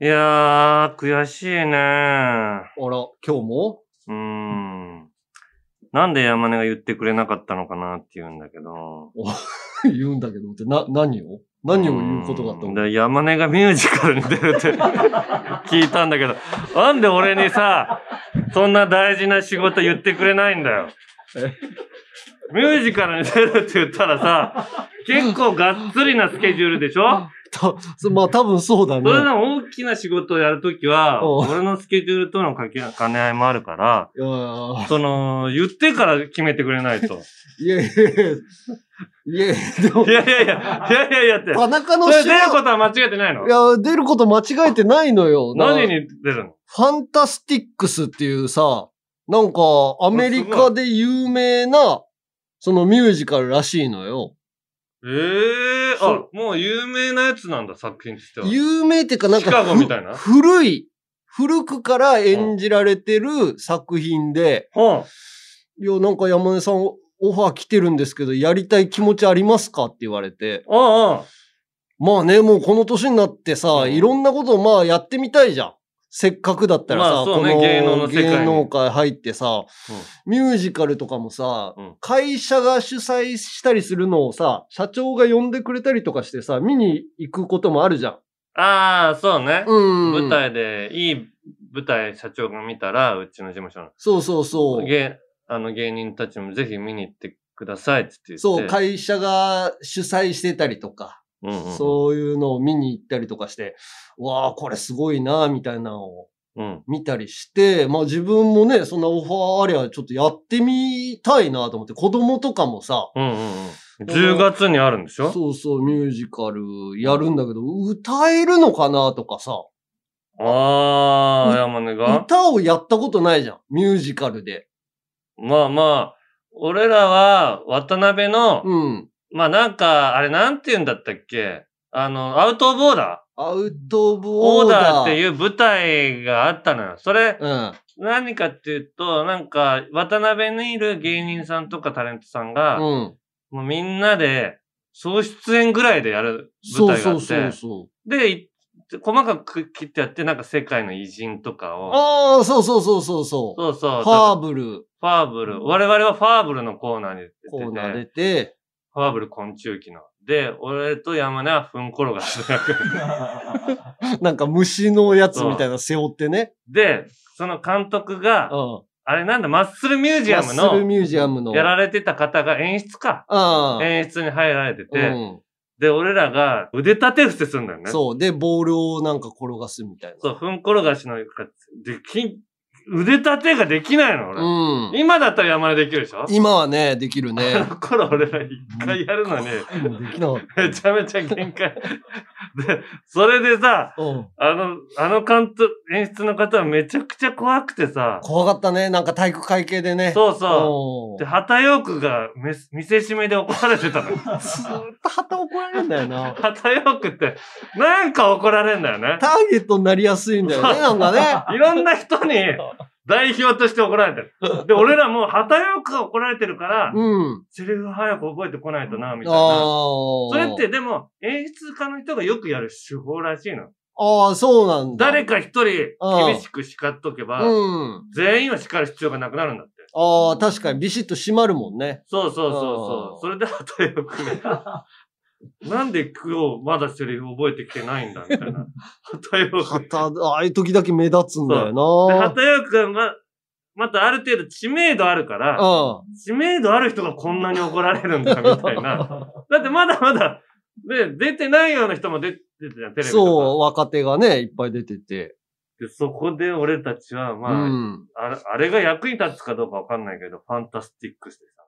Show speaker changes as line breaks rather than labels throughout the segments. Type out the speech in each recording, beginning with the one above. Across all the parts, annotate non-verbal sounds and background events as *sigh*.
いやー、悔しいね。
あら、今日も
うーん。なんで山根が言ってくれなかったのかなって言うんだけど。
言うんだけどって、な、何を何を言うことだ
う
と思
ん
う
で山根がミュージカルに出るって *laughs* 聞いたんだけど、なんで俺にさ、そんな大事な仕事言ってくれないんだよ
え。
ミュージカルに出るって言ったらさ、結構がっつりなスケジュールでしょ
た *laughs* そまあ多分そうだね
そ。れでも大きな仕事をやるときは、
うん
俺のスケジュールとのかけ兼ね合いもあるから、
いやー
その、言ってから決めてくれないと。
いやいやいやいや、で
*laughs*
も
い、やいやいや、いやいやいやって。
田中の
それ出る
は
ことは間違えてないの
いや、出ること間違えてないのよ。な
何に出るの
ファンタスティックスっていうさ、なんか、アメリカで有名な、そのミュージカルらしいのよ。
ええあ
そ、
もう有名なやつなんだ、作品としては。
有名っていうか、なん
シカ
か
ゴ
ふ
みたいな。
古い、古くから演じられてる作品で、
うん。
いや、なんか山根さん、オファー来てるんですけど、やりたい気持ちありますかって言われて。
うんうん。
まあね、もうこの年になってさ、
うん
いろんなことをまあやってみたいじゃん。せっかくだったらさ、
まあそうね
この
芸能の世界に
芸能界入ってさ、ミュージカルとかもさ、
うん
会社が主催したりするのをさ、社長が呼んでくれたりとかしてさ、見に行くこともあるじゃん。
ああ、そうね。
うん。
舞。台で、いい舞台社長が見たら、うちの事務所
そうそうそ
の
う。
芸あの芸人たちもぜひ見に行ってくださいって言って。
そう、会社が主催してたりとか、
うんうん、
そういうのを見に行ったりとかして、わあ、これすごいな、みたいなのを
うん。
見たりして、まあ自分もね、そんなオファーありゃちょっとやってみたいなと思って、子供とかもさ、
うんうんうん。10月にあるんでしょ
そうそう、ミュージカルやるんだけど、歌えるのかなとかさ、
ああ、山根が
歌をやったことないじゃん、ミュージカルで。
まあまあ、俺らは、渡辺の、
うん。
まあなんか、あれなんて言うんだったっけあの、アウトボーダー
アウト・オブ・
オーダーって
う。
いう舞台があったのよ。それ、
うん。
何かっていうと、なんか、渡辺にいる芸人さんとかタレントさんが、
うん。
もうみんなで、総出演ぐらいでやる舞
そう
台が
そ
あ
う
って、
そうそう。
で、い細かく切ってやって、なんか世界の偉人とかを、
ああ、そうそうそうそうそう。
そうそう、
ファーブル
ファーブル、我々はファーブルのコーナーに
コ
出
ーナー
て
出
て、
て、
ファーブル昆虫記の。で、俺と山根はふんころが *laughs* しの役
なんか虫のやつみたいなの背負ってね。
で、その監督が、
うん。
あれなんだ、マッスルミュージアム
マッスル
の、
ミュージアムの。
やられてた方が演出か。
ああ。
演出に入られて
う
て、
ん。
で、俺らが腕立て伏せするんだよね。
そう。で、ボールをなんか転がすみたい
そう。ふんころがしの、でき、腕立てができないの、俺。
な。うん。
今だったら山根できるでしょ
今はね、できる
あ *laughs*
ね。
の頃俺ら一回やるのに、
うんできなかった
めちゃめちゃ限界。で、それでさ、
うん。
あの、あの監督、演出の方はめちゃくちゃ怖くてさ、
怖かったね。なんか体育会系でね。
そうそう。
うん
で、旗ヨークがめ見せしめで怒られてた
*laughs*
の。
ずーっと旗怒られるんだよな。
旗ヨークって、なんか怒られんだよね。
ターゲットになりやすいんだよね、なんか
*laughs*
ね。
いろんな人に代表として怒られてる。で、俺らもう旗ヨークが怒られてるから、
うん。
セリフ早く覚えてこないとな、みたいな。
ああ。
それっ。てでも、演出家の人がよくやる手法らしいの。
ああ、そうなんだ。
誰か一人
うん
厳しく叱っとけば、
うん。
全員を叱る必要がなくなるんだって。
ああ、確かにビシッと締まるもんね。
そうそうそうそう。それで旗よ
*laughs*
くがなんで今日まだセリフ覚えてきてないんだみたいな。旗よく。で、
旗、ああいう時だけ目立つんだよな。
旗よくがま、またある程度知名度あるから、
う
知名度ある人がこんなに怒られるんだみたい
*laughs*
な。だってまだまだ、ね、出てないような人も出てたじゃん、テレビとか。
ん。そう、若手がね、いっぱい出てて。
でそこで俺たちは、ま
う
あ、
ん。
あれ、あれが役に立つかどうかわかんないけど、ファンタスティックスでさ。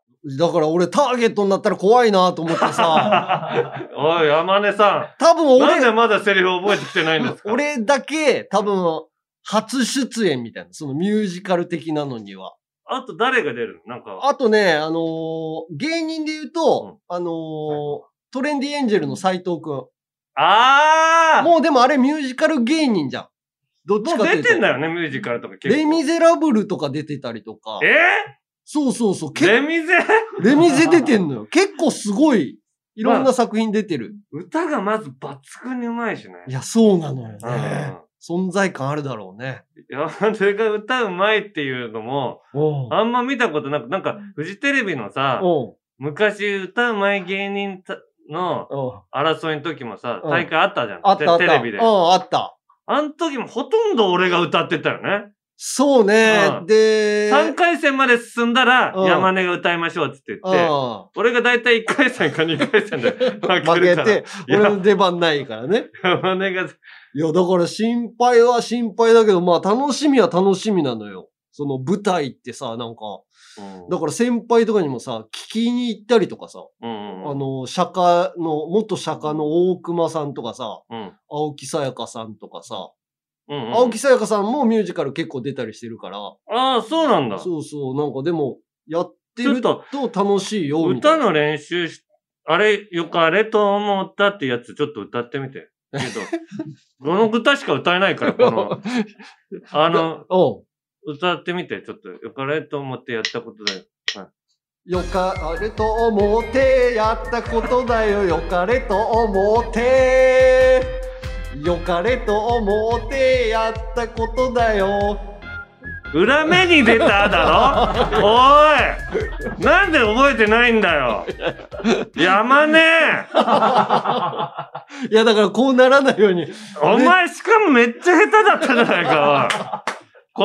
だから俺ターゲットになったら怖いなと思って
*laughs*
さ、 *laughs*
おい、山根さ
多分
ん。なん
俺、
でまだセリフ覚えてきてないんですか
俺だけ多分初出演みたいな、そのミュージカル的なのには。
あと誰が出るのなんか、
あとね、あのー芸人で言うと、あのートレンディエンジェルの斎藤くん。
あーも
もうでもあれミュージカル芸人じゃん。どっち
う
かとい
出
う
てん
と。
だよね、ミュージカルとか結構。
レミゼラブルとか出てたりとか。
え
そうそうそう。
ー、
け
レミゼ
レミゼ出てんのよ。結構すごい、いろんな作品出てる。
歌がまず抜群にうまいしね。
いや、そうなのよ
うん
ね。存在感あるだろうね。
や、それが歌うまいっていうのも、
おう
あんま見たことなく、なんか、フジテレビのさ、
おう
昔歌うまい芸人たの
おう
争いの時もさ
う、ん
大会あったじゃん。
あったあった。
テテレビで
うん、。あった。
あの時もほとんど俺が歌ってたよね。
そうね
う。ん
で、
3回戦まで進んだら、
うん
山根が歌いましょうっつって言って、
う
俺が大体1回戦か2回
*laughs*
戦で負けるから
ん。負けて、
いや
俺の出番ないからね。
山根が、
いや、だから心配は心配だけど、まあ楽しみは楽しみなのよ。その舞台ってさ、なんか、だから先輩とかにもさ、聞きに行ったりとかさ、
うんうん
あの、釈迦の、元釈迦の大熊さんとかさ、
うん
青木さやかさんとかさ、
うんうん
青木さやかさんもミュージカル結構出たりしてるから、
ああ、そうなんだ。
そうそう、なんかでも、やって
ちょっ
ると
と
楽しいよ、みた
歌
いな。
の練習し、あれ、よくあれと思ったってやつちょっと歌ってみて。け
*laughs*
ど、この歌しか歌えないから、この、あの、
おう
歌ってみて、ちょっと、よかれと思ってやったことだよ。
よかれと思ってやったことだよよかれと思ってよかれと思ってやったことだよ
裏目に出ただ
*laughs*
ろおいなんで覚えてないんだよ
*laughs*
山根
いやだからこうならないように
お前しかもめっちゃ下手だったじゃないか、
*laughs*
おい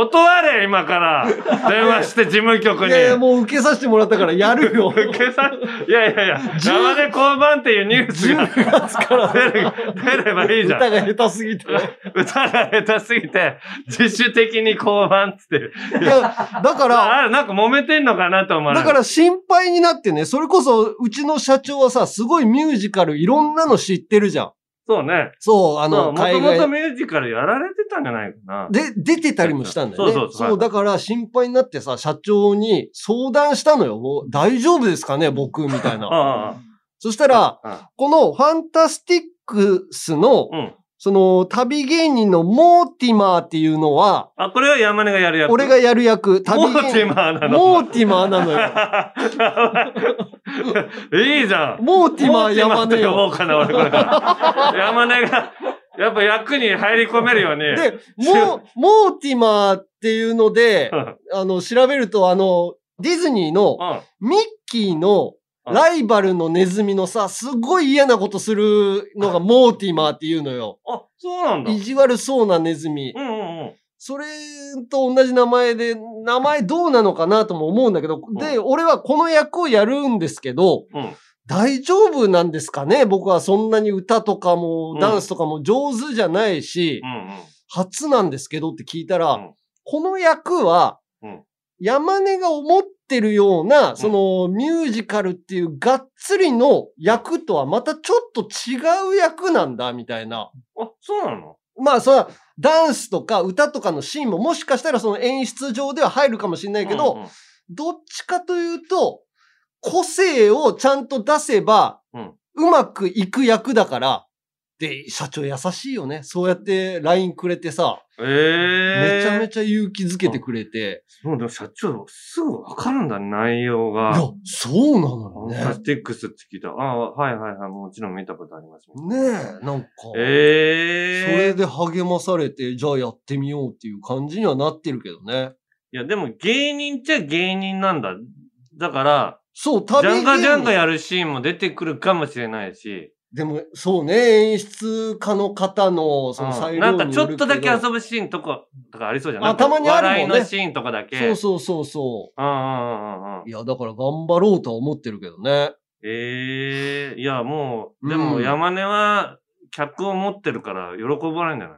断れ、今から電話して事務局
い
に。
やいやもう受けさせてもらったからやるよ
*laughs* 受けさいやいやいや、
十
山根交番っていうニュースが
10月
*laughs*
から
出る出ればいいじゃ
歌
ん。
が下手
*laughs*
すぎて
歌が下手すぎて、自主的に交番っつってる。
いや
*laughs*
だから
あれ、なんか揉めてんのかなと思われ
だ
る
から心配になってねそれこそうちの社長はさすごいミュージカルいろんなの知ってるじゃん
そうね。
そうあの
もと
海
もと
外
ミュージカルやられてたんじゃないかな。
で、出てたりもしたんだよね。
そうそうそうはい
だから心配になってさ、社長に相談したのよ。もう大丈夫ですかね、僕、みたいな。
*laughs* あ
そしたら、
あ。
このファンタスティックスの、
うん。
その、旅芸人のモーティマーっていうのは、
あ、これは山根がやるやつ。
俺がやる役、旅
モ
芸人。
ーティマーなの。
モーティマーなのよ。
いいじゃん。
モーティマ
モ
ー山根よ。
ーティマーって呼ぼうかな、俺これから。山根が、やっぱ役に入り込めるように。
で、モー、モーティマーっていうので
う、ん、
あの、調べると、あの、ディズニーの、
うん。
ミッキーの
うん
ライバルのネズミのさ、すごい嫌なことするのがモーティマーっていうのよ。
あ、そうなんだ。
意地悪そうなネズミ。
うんうんうん。
それと同じ名前で、名前どうなのかなとも思うんだけど、で、俺はこの役をやるんですけど、
うん
大丈夫なんですかね僕はそんなに歌とかも
うん
ダンスとかも上手じゃないし
う、んうん。
初なんですけどって聞いたら、
うん
この役は
うん、
山根が思ってるような、そのミュージカルっていうがっつりの役とはまたちょっと違う役なんだ、みたいな。
あ、そうなの
まあ、そのダンスとか歌とかのシーンももしかしたらその演出上では入るかもしれないけど、
うんうん
どっちかというと、個性をちゃんと出せば、
う
うんまくいく役だから、で、社長優しいよね。そうやって LINE くれてさ、
ええー。
めちゃめ
ち
ちゃ勇気づけてくれて。
ゃ。もうでも社長、すぐわかるんだ、内容
い
が。
や、そうなの
フ
よ
ァンタスティックスって聞いた。ああ、はいはいはい。もちろん見たことあります。
ね。ねえ、なんか、そ
ええ
れで励まされて、じゃあやってみようっていう感じにはなってるけどね。
いや、でも芸人っちゃ芸人なんだ。だから、
そう、
ジ
旅
ャンガジャンガ
や。
やるシーンも出てくるかもしれないし、
でも、そうね、演出家の方の、その
う
裁
ん
量
なん
に
かちょっとだけ
よるけ
遊ぶシーンとか、とかありそうじゃん
あ
なんか
たまにあるもんね
笑いのシーンとかだけ。
どそうそうそうそ
うんうんうんうんうん
う。い。や、だから頑張ろうとは思ってるけどね。
ええいや、も
う
う、
ん
でも山根は客を持ってるから喜ばないんじゃない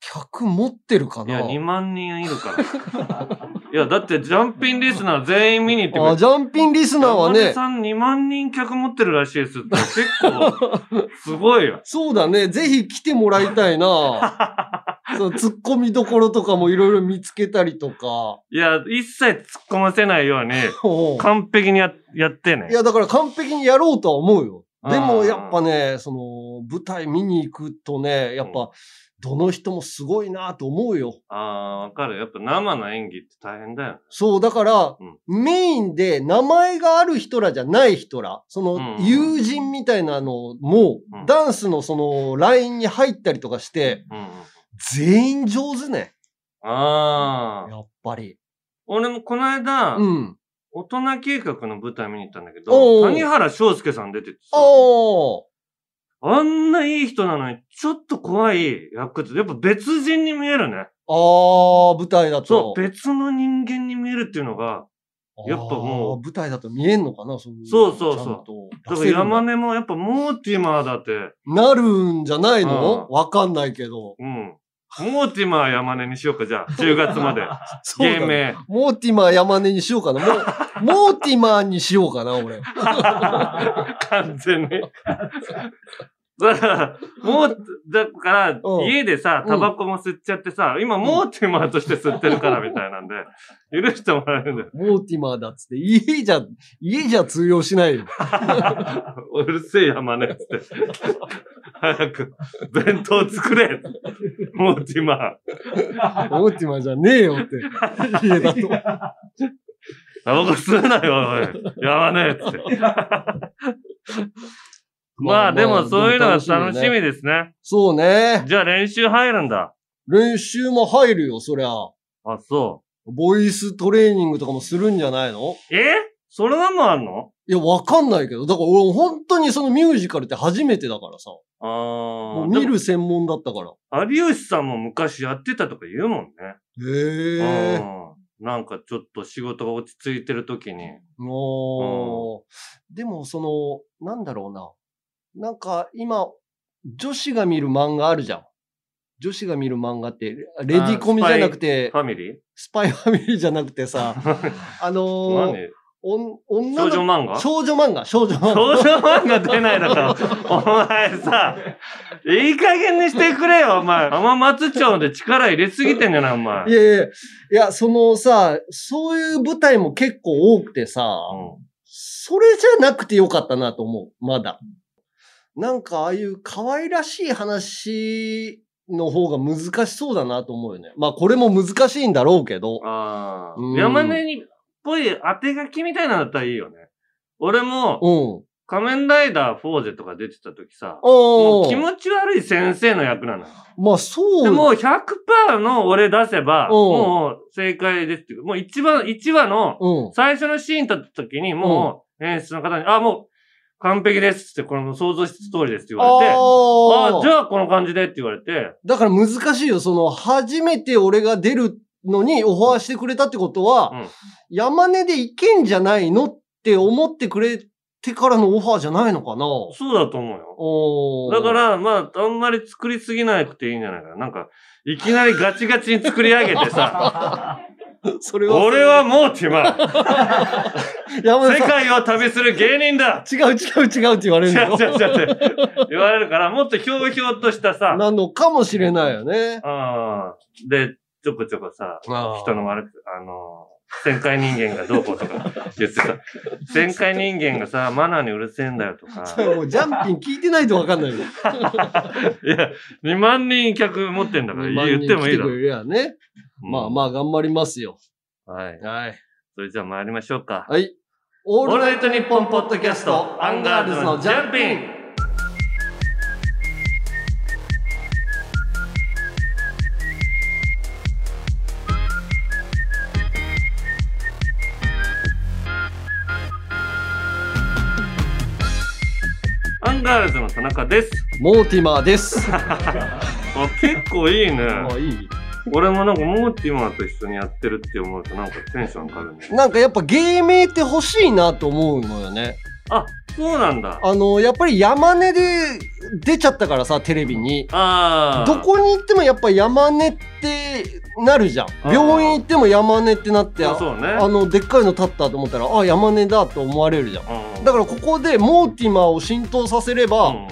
客持ってるか
い
な
や、2万人いるから。いや、だってジャンピンリスナー全員見に行ってくれ
あ、ジャンピンリスナーは
山根
ね、
さん2万人客持ってるらしいですって結構、すごいよ。
そうだね。ぜひ来てもらいたいな。
*laughs*
その突っ込みどころとかもいろいろ見つけたりとか。
いや、一切突っ込ませないように、
おう
完璧にややってね
い。や、だから完璧にやろうとは思うよ。で
う
も
ん
やっぱね、その舞台見に行くとね、やっ
う
ぱどの人もすごいなと思うよ。
ああ、わかる。やっぱ生の演技って大変だよ。
そう、だから、メインで名前がある人らじゃない人ら、その
うん
友人みたいなのも
うん、
ダンスのそのラインに入ったりとかして、
うんうん。
全員上手ね。
ああ。
やっぱり。
俺もこの間、
うん。
大人計画の舞台見に行ったんだけど、
おう
谷原章介さん出ててさ、
おー
あんないい人なのに、ちょっと怖い役って、やっぱ別人に見えるね。
あー、舞台だ
そ
と
う、。別の人間に見えるっていうのが、やっぱもう
あー舞台だと見えんのかなそういう
そうそうそう
う
だから山
根。
根もやっぱモーティマーだって、
なるんじゃないの
う
わかんないけど。
うん。モーティマー山根にしようか、じゃあ、10月まで。
*laughs* そう
芸
だね。
名。
モーティマー山根にしようかな。も
*laughs*
う、モーティマーにしようかな、俺。
完全に。だから、もう、だから
う、ん
家でさ
う、ん
タバコも吸っちゃってさ、今、モーティマーとして吸ってるからみたい
*laughs*
なんで、許してもらえるんだよ。
モーティマーだっつって、家じゃ、家じゃ通用しないよ。
*laughs* うるせえ山根っつって。早く、弁当作れモーティマー。
モーティマーじゃねえよって。家だと。
タバコ吸うなよ、おい。山根っつって。
*laughs*
まあ、でもそういうのが楽し
ね
みですね。
そうね。
じゃあ練習入るんだ。
練習も入るよ、そりゃ。
あ、そ
ボイストレーニングとかもするんじゃないの
う。えそれなのあんの
いや、わかんないけど。だから俺、本当にそのミュージカルって初めてだからさ。も
あ
う
あ。
見
でも
る専門だったから。
有吉さんも昔やってたとか言うもんね。
へえ。
うんなんかちょっと仕事が落ち着いてる時に。
もう、でも、その、なんだろうな。なんか、今、女子が見る漫画あるじゃん。女子が見る漫画って、レレディコミじゃなくて
フ、ァミリー
スパイファミリーじゃなくて *laughs* さ、あのー、
何
おん女
少
の
女漫画少
少女漫画、少女漫画。
女漫画出ないの
*laughs*
か。お前さ、いい加減にしてくれよ、お前。浜松町で力入れすぎてんじゃない、お前。
いやいや、いや、そのさ、そういう舞台も結構多くてさ、
う
それじゃなくてよかったなと思う、まだ。なんかああいう可愛らしい話の方が難しそうだなと思うよね。まあこれも難しいんだろうけど
ん。。ああ
うん。
山根にっぽい当て書きみたいなのだったらいいよね。俺も、
うん。
仮面ライダーフォーゼとか出てた時さ、も
お
う気
ー
持ち悪い先生の役なのよ。
まあそう。
でもう100%の俺出せば、
うん
もう正解ですっていう。もう一番、一話の
うん。
最初のシーン立った時に、もう演出の方に、あ、もう完璧ですって、これもう想像した通りですって言われて、あ
ああ
じゃあこの感じでって言われて、
だから難しいよ。その、初めて俺が出るのにオファーしてくれたってことは、
うん
山根でいけんじゃないのって思ってくれてからのオファーじゃないのかな
そうだと思うよ。
おー
だか、ら、まあ、あんまり作りすぎなくていいんじゃないかな。なんか、いきなりガチガチに作り上げてさ、
*laughs* それは、
俺はモーティ
*laughs*
マ
山
ー、
根
世
さん、
界を旅する芸人だ
違う違う違うって言われ
違
る
う
の
違う違う違う。言われるから、もっとひょうひょうとしたさ、
なのかもしれないよね。
うん。で、ちょこちょこさ、
あー
人の悪く、あのー、旋回人間がどうこうとか言って
*laughs*
さ、旋回人間がさ、マナーにうるせえんだよとか、
*laughs* それもうジャンピン聞いてないとわかんないよ。
いや、2万人客持ってんだから *laughs* 言ってもいいだろ。
ろ。ね、まあまあ頑張りますよ。
あ。はい。
はい。
それじゃあ参りましょうか。
はい。
オ
オ
ールナイトニッポンポッドキャスト、アンガールズのジャンピンアンガールズの田中です。
モーティマーです。
あ、結構いい *laughs* ね。
まあいい。
俺もなんかモーティマーと一緒にやってるって思うとなんかテンション上がるね。
なんかやっぱ芸名って欲しいなと思うのよね。
あ、そうなんだ。
あの、やっぱり山根で出ちゃったからさ、テレビに。
あー
どこに行ってもやっぱ山根ってなるじゃん。
ー
病院行っても山根ってなって、
あ
あ
そうね。
あの、でっかいの立ったと思ったら、あ、山根だと思われるじゃん。
うん
だからここでモーティマーを浸透させれば、
うん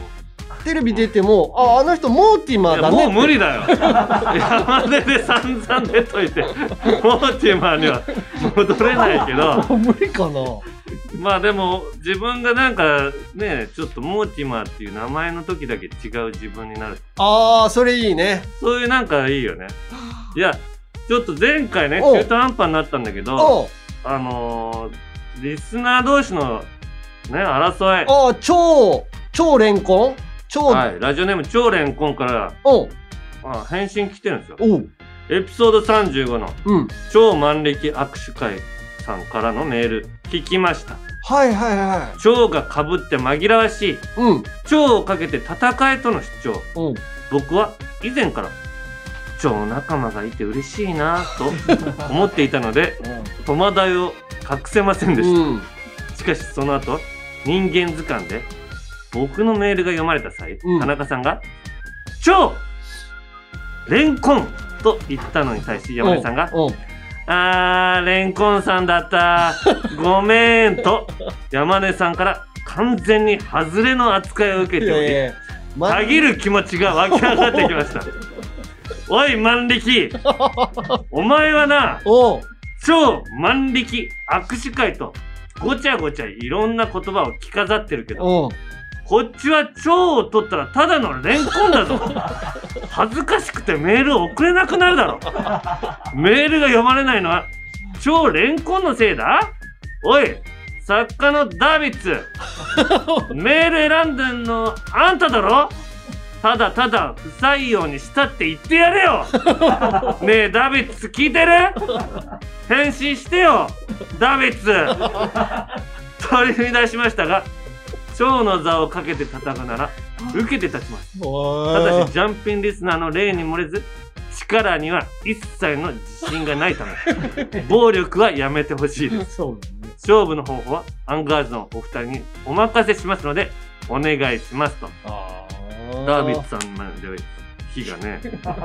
テレビ出ても、あ、あの人モーティ
い
マー
や
だ
も
ね
う
って。
無理だよ山根で散々出といてモーティマーには戻れないけど
無理かな。
まあでも自分がなんかねちょっとモーティマーっていう名前の時だけ違う自分になる
あー、それいいね。
そういうなんかいいよねいやちょっと前回ね
おう
中途半端になったんだけど
おう
あのー、リスナー同士のね争い
あー、超、超レンコン超、
はい、ラジオネーム超レンコンから
おう
あ返信来てるんですよ。
おう。
エピソード35の
うん。
超万力握手会さんからのメール、聞きました。
はいはいは
蝶が被って紛らわしい。
い。うん。
蝶をかけて戦えとの主張。
おう。
僕は以前から蝶仲間がいて嬉しいな
*laughs*
ぁと思っていたので、戸惑いを隠せませんでした。
うん。
しかしその後人間図鑑で僕のメールが読まれた際、
うん
田中さんが「超レンコン!」と言ったのに対し山根さんが
おう。
「あーレンコンさんだったごめん」と山根さんから完全に外れの扱いを受けており
や。ま
たぎる気持ちが湧き上がってきましたおい万力お前はな
おう。
超万力握手会とごちゃごちゃいろんな言葉を着飾ってるけど
おう。
こっちは超を取ったらただのレンコンだぞ恥ずかしくてメール送れなくなるだろメールが読まれないのは超レンコンのせいだおい作家のダービッツメール選んでんのあんただろただただ不採用にしたって言ってやれよねえダビッツ聞いてる返信してよダビッツ取り乱しましたが蝶の座をかけて叩くなら受けて立ちますた
お
だ
い
しジャンピンリスナーの例に漏れず力には一切の自信がないため暴力はやめてほしいです
そうだね。
勝負の方法はアンガールズのお二人にお任せしますのでお願いしますと
あ
ダービッツさんまで火がね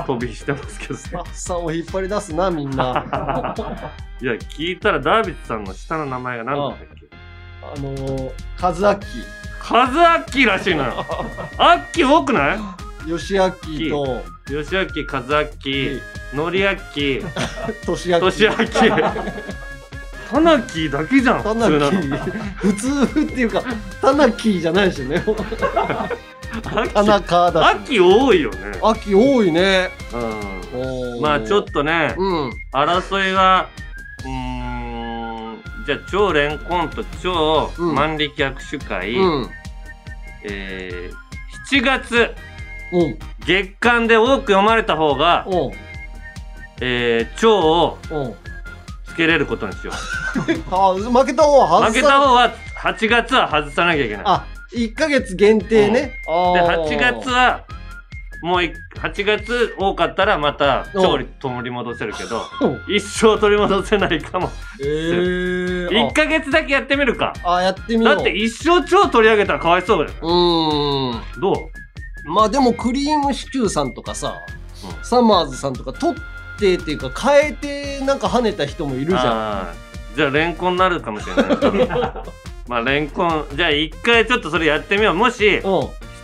飛び火してますけど
スタッフさんを引っ張り出すな、み
*laughs*
んな。
いや聞いたらダービッツさんの下の名前が何だったっけ
あのー、和明、
カズアッキーらしいのよアッキー多くない
吉明と、 *laughs*
吉明、和明、のりあき、
としあき。
としあき。たなきだけじゃん、
タ
普
ナキ
通なの。
普通っていうか、タナキじゃないしね。タ
あ
ナカだ
き
し。
秋多いよね。
秋多いね。
う
おー
ん。まあちょっ。とね、
うん。
争いは、うーん、じゃあ超レンコンと超
うん
万力握手会、
うん。
えー7月
うん。
月間で多く読まれた方が、
うん。
えー、超を
うん。
つけれることにしよ
あ、負けた方は
う。
外
負けた方は8月は外さなきゃいけない。
あ、1ヶ月限定ね。
で
あー
8月はもうい8月多かったらまた調理取り戻せるけど
うん
一生取り戻せないかも
えー
1ヶ月だけやってみるか
ああ、やってみよう。
だって一生超取り上げたらかわいそうだよ
うーん。
どう
まあでも、クリームシチューさんとかさ、
う
サマーズさんとか、取ってっていうか、変えて、なんか跳ねた人もいるじゃん。
あーじゃあレンコンになるかもしれ
*laughs*
ないまあレンコンじゃあ一回ちょっとそれやってみようもし
うん。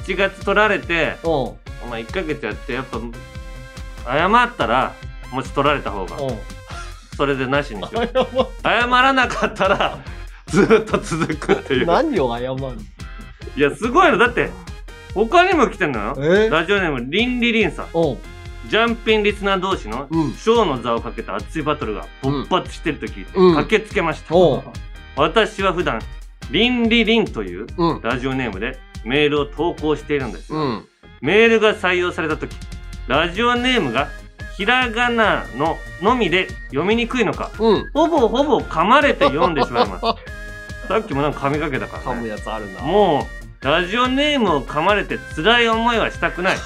7月取られて
うん。
お前1ヶ月やってやっぱ謝ったらもし取られた方が
うん。
それでなしにしよう
謝
謝
っ
らなかったらずっと続くっていう
何を謝るの
いやすごいのだって他にも来てんのよ
え
ラジオネームリンリリンさん
うん。
ジャンピンリスナー同士の
うん。
ショーの座をかけた熱いバトルが勃発してる時、
うん
駆けつけました、
おう。
私は普段リンリリンという
うん。
ラジオネームでメールを投稿しているんですが、
うん。
メールが採用された時ラジオネームがひらがなののみで読みにくいのか
うん。
ほぼほぼ噛まれて読んでしまいますさっきもなんか噛みかけたから、ね、
噛むやつあるな。
もう、ラジオネームを噛まれて辛い思いはしたくない。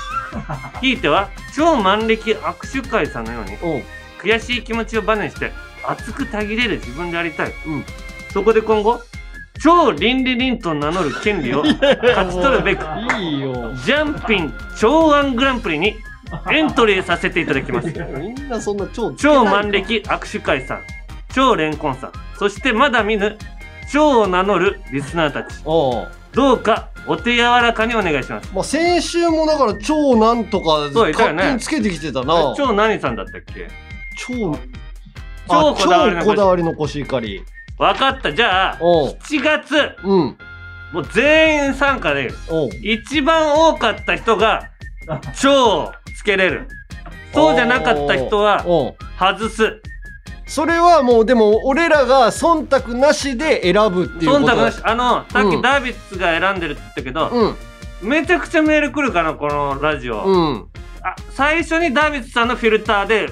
ひいては、超万力握手会さんのように、
うん。
悔しい気持ちをバネにして、熱くたぎれる自分でありたい。
うん
そこで今後、超倫理凛と名乗る権利を勝ち取るべく、
いいよ。
ジャンピン超腕グランプリにエントリーさせていただきます。
みんなそんな超つけな
超
い
万。力握手会さん、超レンコンさん、そしてまだ見ぬ、超を名乗るリスナーたち。
おう
どうかお手柔らかにお願いします。
まあ、先週もだから超なんとか
そういたよ
勝
ね
手につけてきてたな。
超何さんだったっけ
超
超
あ
こだわりの
超こだわりのコシヒカリ。
わかった。じゃあ、
おう。
7月、
うん。
もう全員参加で、
おう。
一番多かった人が、超をつけれる。そうじゃなかった人は、
おう。
外す。
それはもうでも俺らが忖度なしで選ぶっていうこと
忖度なし。あの、さっ
う
き
ん
ダービッツが選んでるって言ったけど、
うん
めちゃくちゃメール来るかな、このラジオ。
うん
ああ最初にダービスさんのフィルターで
う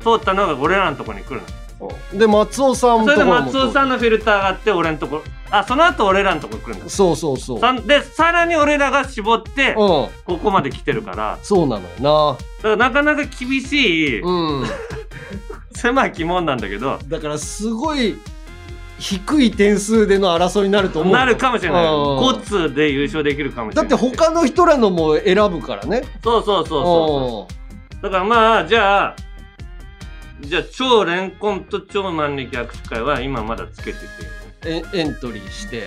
通ったのが俺らのとこに来るの
んで松尾さん
そ
と
れで
かも
松尾さんのフィルターがあって俺のとこあその後俺らのとこ来るんだ
そうそうそう
さんでさらに俺らが絞って
うん
ここまで来てるから
そうなのよ
だからなかなか厳しい
なうん
狭い鬼門なんだけど
だからすごい低い点数での争いになると思う
なるかもしれない
うん
コツで優勝できるかもし
だ
れ
っ
ない
て他の人らのも選ぶからね
そうそうそうそうそうだからまあじゃあじゃあ超レンコンと超万力握手会は今まだつけてて
うんえエントリーし
う
て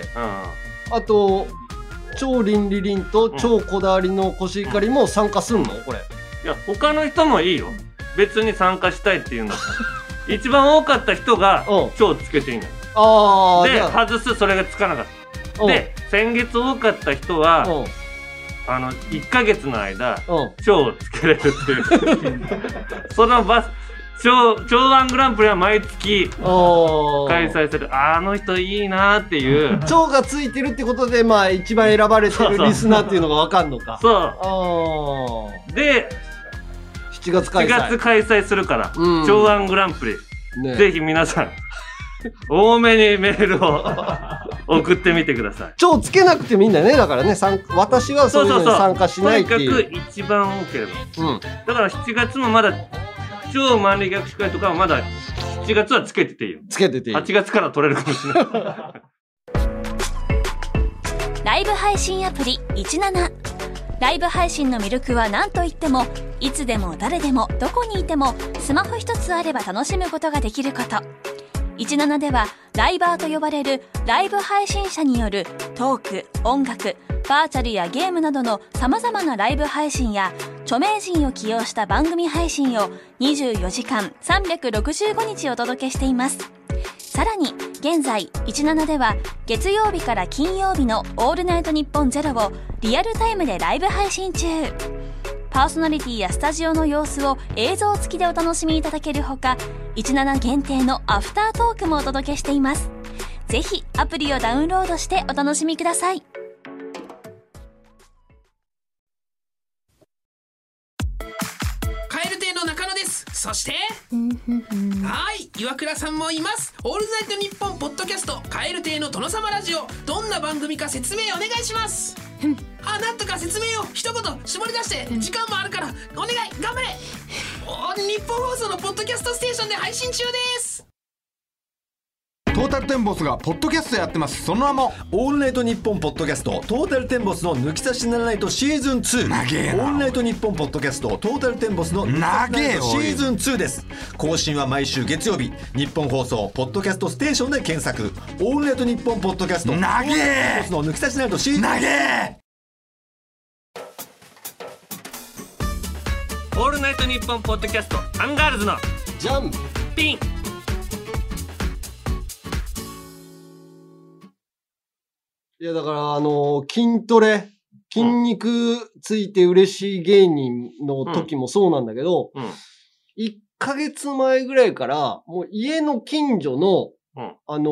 あと超倫理倫と超こだわりのコシヒカリも参加すんのこれ
んいや他の人もいいよ別に参加したいっていうんだったら *laughs* 一番多かった人が
うん
超つけていいのよ
ああ
で外すそれがつかなかったで先月多かった人は
うん
あの1ヶ月の間
うん
腸をつけれるっていう
*laughs*
そのバス腸腸ワングランプリは毎月
うん
開催するあの人いいなって
*laughs*
いう
蝶がついてるってことでまあ一番選ば
*laughs*
れてるリスナーっていうのがわかんのか
そ
ああ
うで
7月開
4
催
月開催するから
うん
腸ワングランプリ、
ね
ぜひ皆さん多めにメール
*laughs*
を送ってみてください
超つけなくてもいいんだよねだからね参私はそういうのに参加し
と
ない
に
って
か
いう
く一番多ければ
うん
だから7月もまだ超万里逆手会とかはまだ7月はつけてていいよ
つけてていい
8月から取れるかもしれ
*laughs*
ない
ライブ配信アプリ17ライブ配信の魅力は何といってもいつでも誰でもどこにいてもスマホ一つあれば楽しむことができること17ではライバーと呼ばれるライブ配信者によるトーク音楽バーチャルやゲームなどのさまざまなライブ配信や著名人を起用した番組配信を24時間365日お届けしていますさらに現在17では月曜日から金曜日の「オールナイトニッポンゼロをリアルタイムでライブ配信中パーソナリティやスタジオの様子を映像付きでお楽しみいただけるほか17限定のアフタートークもお届けしていますぜひアプリをダウンロードしてお楽しみください
カエル亭の中野ですそしてはい岩倉さんもいますオールナイトニッポンポッドキャストカエル亭の殿様ラジオどんな番組か説明お願いしますあなんとか説明を一言絞り出して時間もあるからお願い頑張れお日本放送のポッドキャストステーションで配信中です
トータルテンボスがポッドキャストやってますその名も
オールナイトニッポンポッドキャストトータルテンボスの抜き差しならないとシーズン2
長えな
オールナイトニッポンポッドキャストトータルテンボスの抜き差しならないとシーズン2です更新は毎週月曜日日本放送ポッドキャストステーションで検索オールナイトニッポンポッドキャスト
長え
トータルテンボスの抜き差しならないとシーズン2
投げ
「オールナイトニッポン」ポッドキャストアンガールズの
じゃん
ピン
いやだからあのー筋トレ筋肉ついて嬉しい芸人の時もそうなんだけど、
うんうん
1ヶ月前ぐらいからもう家の近所の、
うん
あの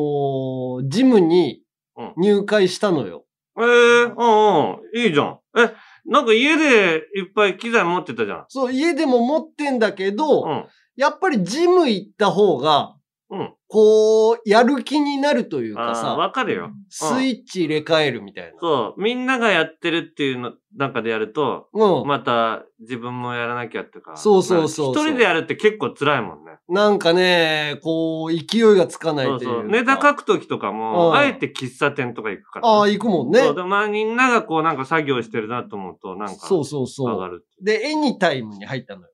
ージムに
うん
入会したのよ。
えー、うんうんいいじゃんえなんか家でいっぱい機材持ってたじゃん
そう家でも持ってんだけど、
うん
やっぱりジム行った方が、
うん
こうやる気になるというか
あー
さ、
わかるよ
スイッチ入れ替えるみたいな。
そうみんながやってるっていうの中でやると
うん。
また自分もやらなきゃってか
そうそうそうそう
一人でやるって結構辛いもんね
なんかね、こう、勢いがつかない
そ
といううか。
そうネタ書く時とかも、
うん
あえて喫茶店とか行くから
ああ、行くもんね。
そうでまあみんながこうなんか作業してるなと思うとなんか
そうそう
上が
そう。
る
で、エニタイムに入ったのよ。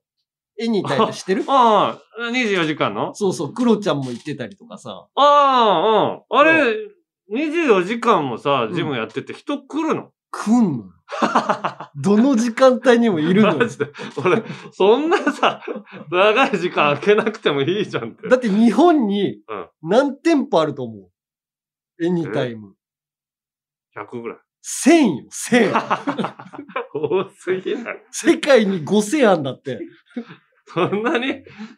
エニタイムしてる
ああ24時間の
そうそう、クロちゃんも行ってたりとかさ。
ああ、うん。あれ、24時間もさ、ジムやってて人来るの、
来んの
*laughs*
よ。どの時間帯にもいるの
マ
よ。
ジで。俺、そんなさ、長い時間空けなくてもいいじゃんって。
だって日本
う
に
ん
何店舗あると思うエニタイム。
100ぐらい。 *laughs*
1000よ、1000。
多すぎない。
世界に5000あんだって。
*laughs* そんなに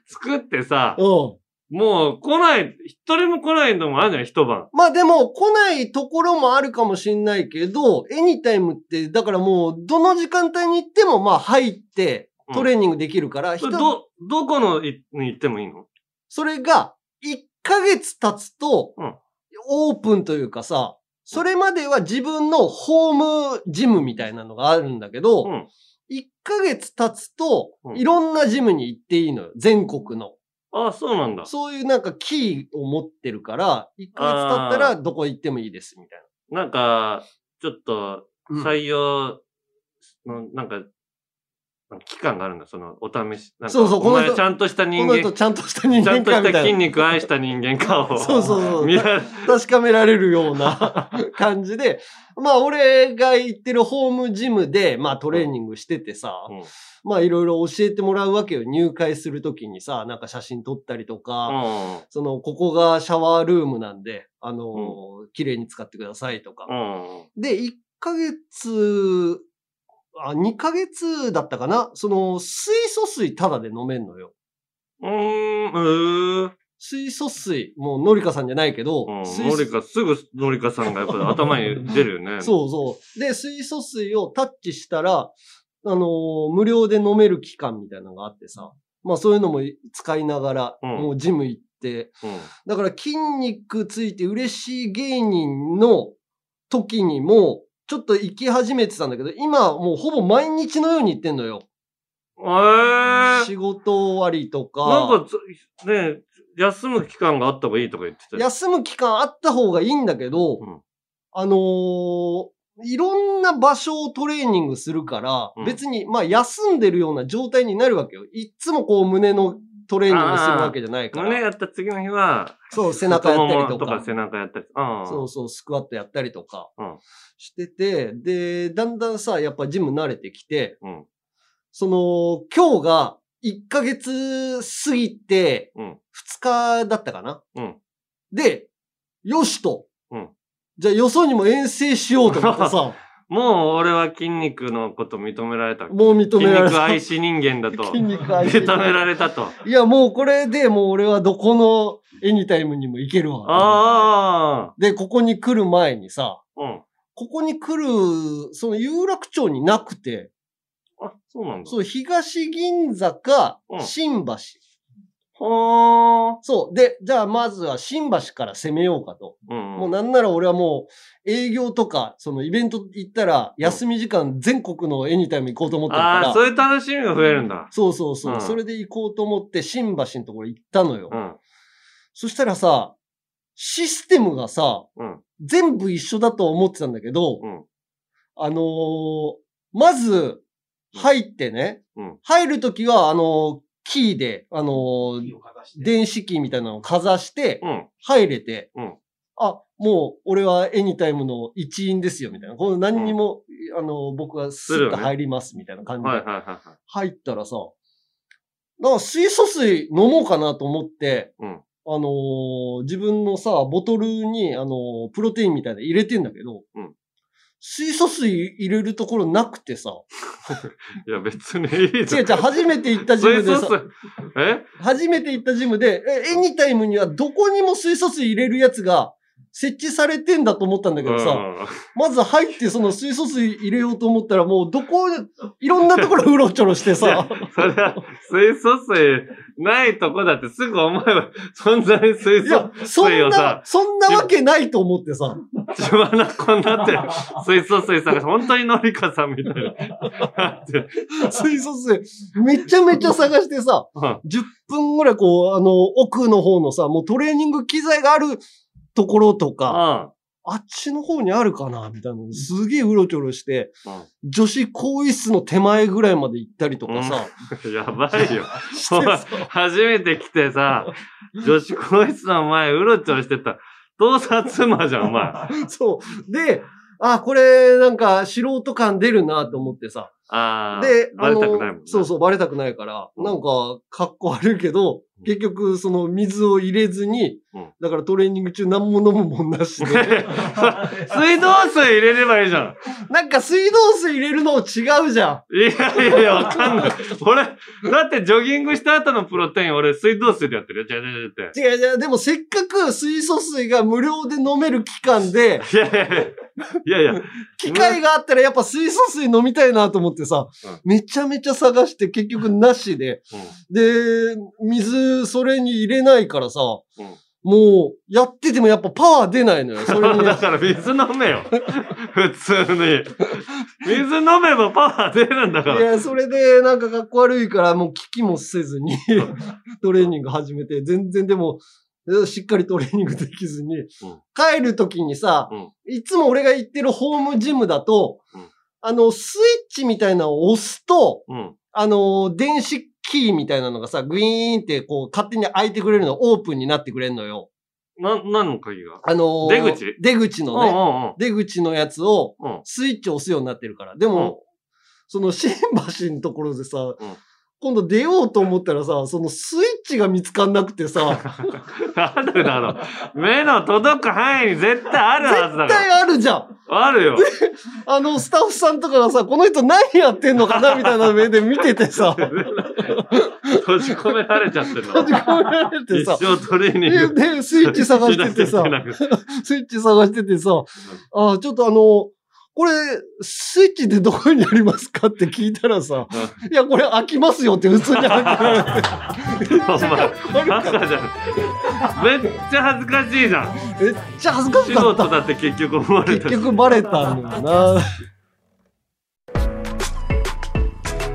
作ってさ、
うん。
もう来ない、一人も来ないのもあるじゃん、一晩。
まあでも来ないところもあるかもしんないけど、エニタイムって、だからもうどの時間帯に行ってもまあ入って、
うん
トレーニングできるから、
それ
人
ど、どこのいに行ってもいいの
それが、1ヶ月経つと
うん、
オープンというかさ、それまでは自分のホームジムみたいなのがあるんだけど、
うん。
1ヶ月経つと
う、ん
いろんなジムに行っていいのよ。全国の。
あ、そうなんだ。
そういうなんかキーを持ってるから、1ヶ月経ったらどこ行ってもいいです、みたい
なんか、ちょっと、
な。
採用の、なんか、期間があるんだ、その、お試し。なんか
そうそうこ
お
の人
前ちゃんとした人
この人
間、
ちゃんとした人
ちゃ
間
んと
かみ
したた
い
筋
な。
肉愛した人間かを。
そうそうそう
見られ
確かめられるような *laughs* 感じで、まあ俺が行ってるホームジムで、まあトレーニングしててさ、
うん
まあいろいろ教えてもらうわけよ。入会するときにさ、なんか写真撮ったりとか、
うん。
その、ここがシャワールームなんで、あのー綺麗に使ってくださいとか。
うん。
で、1ヶ月、あ、2ヶ月だったかなその、水素水タダで飲めんのよ。
うーん、うー。
水素水、もう、のりかさんじゃないけど、
うん
水素
ノリカ、すぐノリカさんがやっぱ頭に出るよね。
そうそう。で、水素水をタッチしたら、あのー無料で飲める期間みたいなのがあってさ、まあそういうのも使いながら、
うん
もうジム行って、
うん。
だから筋肉ついて嬉しい芸人の時にも、ちょっと行き始めてたんだけど、今もうほぼ毎日のように行ってんのよ。
えー。
仕事終わりとか。
なんかず、ね休む期間があった方がいいとか言ってたよ。
休む期間あった方がいいんだけど、
うん
あのーいろんな場所をトレーニングするから、
うん
別に、まあ、休んでるような状態になるわけよ。いっつもこう、胸のトレーニングするわけじゃないから。
胸やった次の日は、
そう、背中やったり
太も
と
もと
か
か。背中やったりとか。
そうそう、スクワットやったりとか
うん
してて、で、だんだんさ、やっぱジム慣れてきて、
うん
その、今日が1ヶ月過ぎて、
うん
2日だったかな、
うん
で、よしと、
うん
じゃあよそにも遠征しようと思って
*laughs*
さ、
もう俺は筋肉のこと認められた。
もう認
筋
められ
肉
た。
愛し人間だと。
*laughs* 筋肉愛し
認められたと。
いや、もうこれでもう俺はどこのエニタイムにも行けるわ。
ああ。
で、ここに来る前にさ、
うん。
ここに来る、その有楽町になくて、
あ、そうなんだ。
そう、東銀座か
う、ん
新橋。
はあ。
そう。で、じゃあまずは新橋から攻めようかと。
うん。
もうなんなら俺はもう営業とか、そのイベント行ったら休み時間全国のエニタイム行こうと思ってるから。
ああ、そういう楽しみが増えるんだ。
そうそうそう。
うん
それで行こうと思って新橋のところ行ったのよ。
うん。
そしたらさ、システムがさ、
うん
全部一緒だと思ってたんだけど、
うん
あのーまず、入ってね、
うん
入るときは、あのーキーで、あのー
いいお方して
電子キーみたいなのをかざして、
うん。
入れて、
うん
あ、もう、俺はエニタイムの一員ですよ、みたいな。この何にも、あのー僕はスッと入ります、みたいな感じ
はいはい
で。
はいはい。
入ったらさ、なんか水素水飲もうかなと思って、
うん
あのー自分のさ、ボトルに、あのープロテインみたいなの入れてんだけど、
うん
水素水入れるところなくて
*laughs*
さ、
いや、別にいい
違う違う、初めて行ったジ
そうい
ム
う
で
そうそ
さ、
う。え
初めて行ったジムで、えエニタイムにはどこにも水素水入れるやつが設置されてんだと思ったんだけどさ、まず入ってその水素水入れようと思ったらもうどこ、いろんなところうろちょろし
い
て
や *laughs*
さ、
そりゃ、水素水ないとこだってすぐお前は、 *laughs* そんなに水
い
素
や、そ
水
ん
を
な
さ、、
そんなわけないと思ってさ。
血まっこにな
*laughs*
って、水素水探して、本当にのりかさんみたいな。って
水素水、めちゃめちゃ探してさ、
うん
10分ぐらいこう、あの、奥の方のさ、もうトレーニング機材があるところとか、
あ
あっちの方にあるかなみたいなのすげえうろちょろして、女子更衣室の手前ぐらいまで行ったりとかさ、
あ *laughs* やばい
*laughs*
よ。
して
お前
さ
初めて来てさ、女子更衣室の前、うろちょろしてた。盗撮魔じゃん、お前。
そう。で、あ、これ、なんか、素人感出るなと思ってさ。
ああ。
で、
バレたくないもん
あ
な
のそうそう、バレたくないから、
うん
なんか、格好悪いけど、結局、その水を入れずに
うん、
だからトレーニング中何も飲むもんな
*laughs*
しで、
*laughs* 水道水入れればいいじゃん。
なんか水道水入れるの違うじゃん。
いやいやいや、わかんない。俺、だってジョギングした後のプロテイン、俺水道水でやってるよ。じゃじゃじゃって。
違う違う、でもせっかく水素水が無料で飲める期間で、
いやいやいや。いやいや。
機会があったらやっぱ水素水飲みたいなと思ってさ、
う
めちゃめちゃ探して結局なしで、で、水それに入れないからさ、
うん
もうやっててもやっぱパワー出ないのよ。それに
だから水飲めよ。普通に。水飲めばパワー出るんだか
い
ら。
や、それでなんかかっこ悪いからもう聞きもせ
*laughs*
ずにトレーニング始めて、全然でも、しっかりトレーニングできずに、帰る時にさ、
うん
いつも俺が行ってるホームジムだと、
うん
あの、スイッチみたいなのを押すと、
うん。
あの、電子キーみたいなのがさ、グイーンってこう勝手に開いてくれるの、オープンになってくれるのよ。
な、何の鍵が
あの
出口
出口のね、
う
出口のやつを
んうんうん。
スイッチ押すようになってるから。でも、その新橋のところでさ、
ん
今度出ようと思ったらさ、そのスイッチが見つかんなくてさ、
あるだろ。目の届く範囲に絶対あるはずだから。
絶対あるじゃん
あるよ。
あの、スタッフさんとかがさ、この人何やってんの
*laughs*
かなみたいな目で見ててさ、
閉じ込められちゃってる
閉じ
の。
込められて
一
さ、
生トレーニング。
で、でスイッチ探しててさ
し、なきゃいけなく
スイッチ探しててさ、あ、ちょっとあの、これ、スイッチってどこにありますかって聞いたらさ、いや、これ開きますよって普通に開けられて
てお前、バカじゃん。めっちゃ恥ずかしいじゃん。
めっちゃ恥ずかしか
素
った
人。だって結局思われた
*laughs* 結
し。
局バレたんだよな。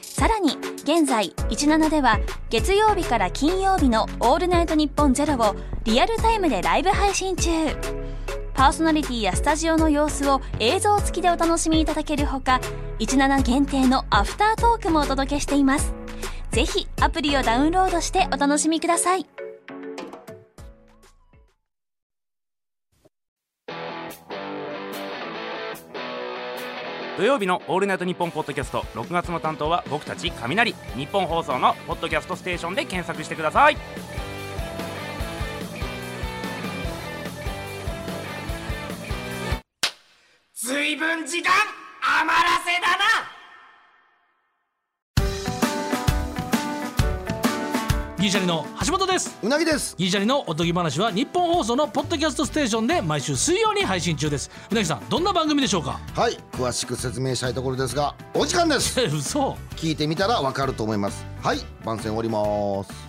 さらに現在17では月曜日から金曜日の「オールナイトニッポンゼロをリアルタイムでライブ配信中パーソナリティやスタジオの様子を映像付きでお楽しみいただけるほか17限定のアフタートークもお届けしていますぜひアプリをダウンロードしてお楽しみください
土曜日の「オールナイトニッポン」ポッドキャスト6月の担当は僕たち雷日本放送の「ポッドキャストステーション」で検索してください
ずいぶん時間余らせだな
ギリシャリの橋本です
うなぎです
ギリシャリのおとぎ話は日本放送のポッドキャストステーションで毎週水曜に配信中ですうなぎさんどんな番組でしょうか
はい詳しく説明したいところですがお時間です
え嘘
聞いてみたらわかると思いますはい番宣終わります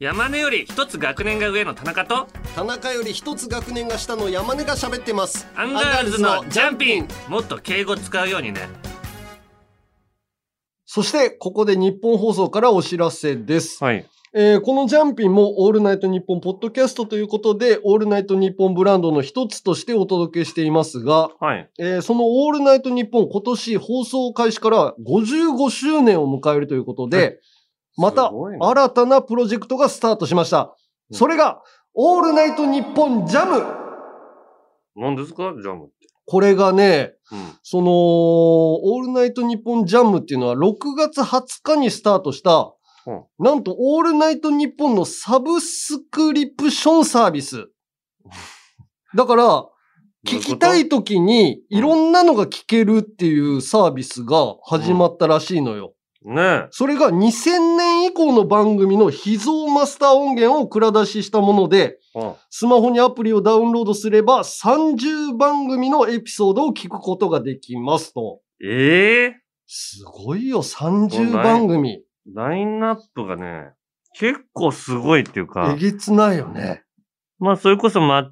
山根より一つ学年が上の田中と
田中より一つ学年が下の山根が喋ってます。
アンガールズのジャンピンもっと敬語使うようにね
そして、ここで日本放送からお知らせです。
はい。
えーこのジャンピンもオールナイトニッポンポッドキャストということで、オールナイトニッポンブランドの一つとしてお届けしていますが、
はい。
えーそのオールナイトニッポン今年放送開始から55周年を迎えるということで、また
すごいね
新たなプロジェクトがスタートしました。それが、オールナイトニッポンジャム
何ですかジャムって。
これがね、
うん。
その、オールナイトニッポンジャムっていうのは6月20日にスタートした、
うん
なんとオールナイトニッポンのサブスクリプションサービス。だ
*laughs*
から、聞きたい時にいろんなのが聞けるっていうサービスが始まったらしいのよ。
ね
それが2000年以降の番組の秘蔵マスター音源を蔵出ししたもので、
え。うん
スマホにアプリをダウンロードすれば30番組のエピソードを聞くことができますと。
ええ
すごいよ、30番組。
ラインナップがね、結構すごいっていう
え
か、
げつないよね。
まあそれこそ松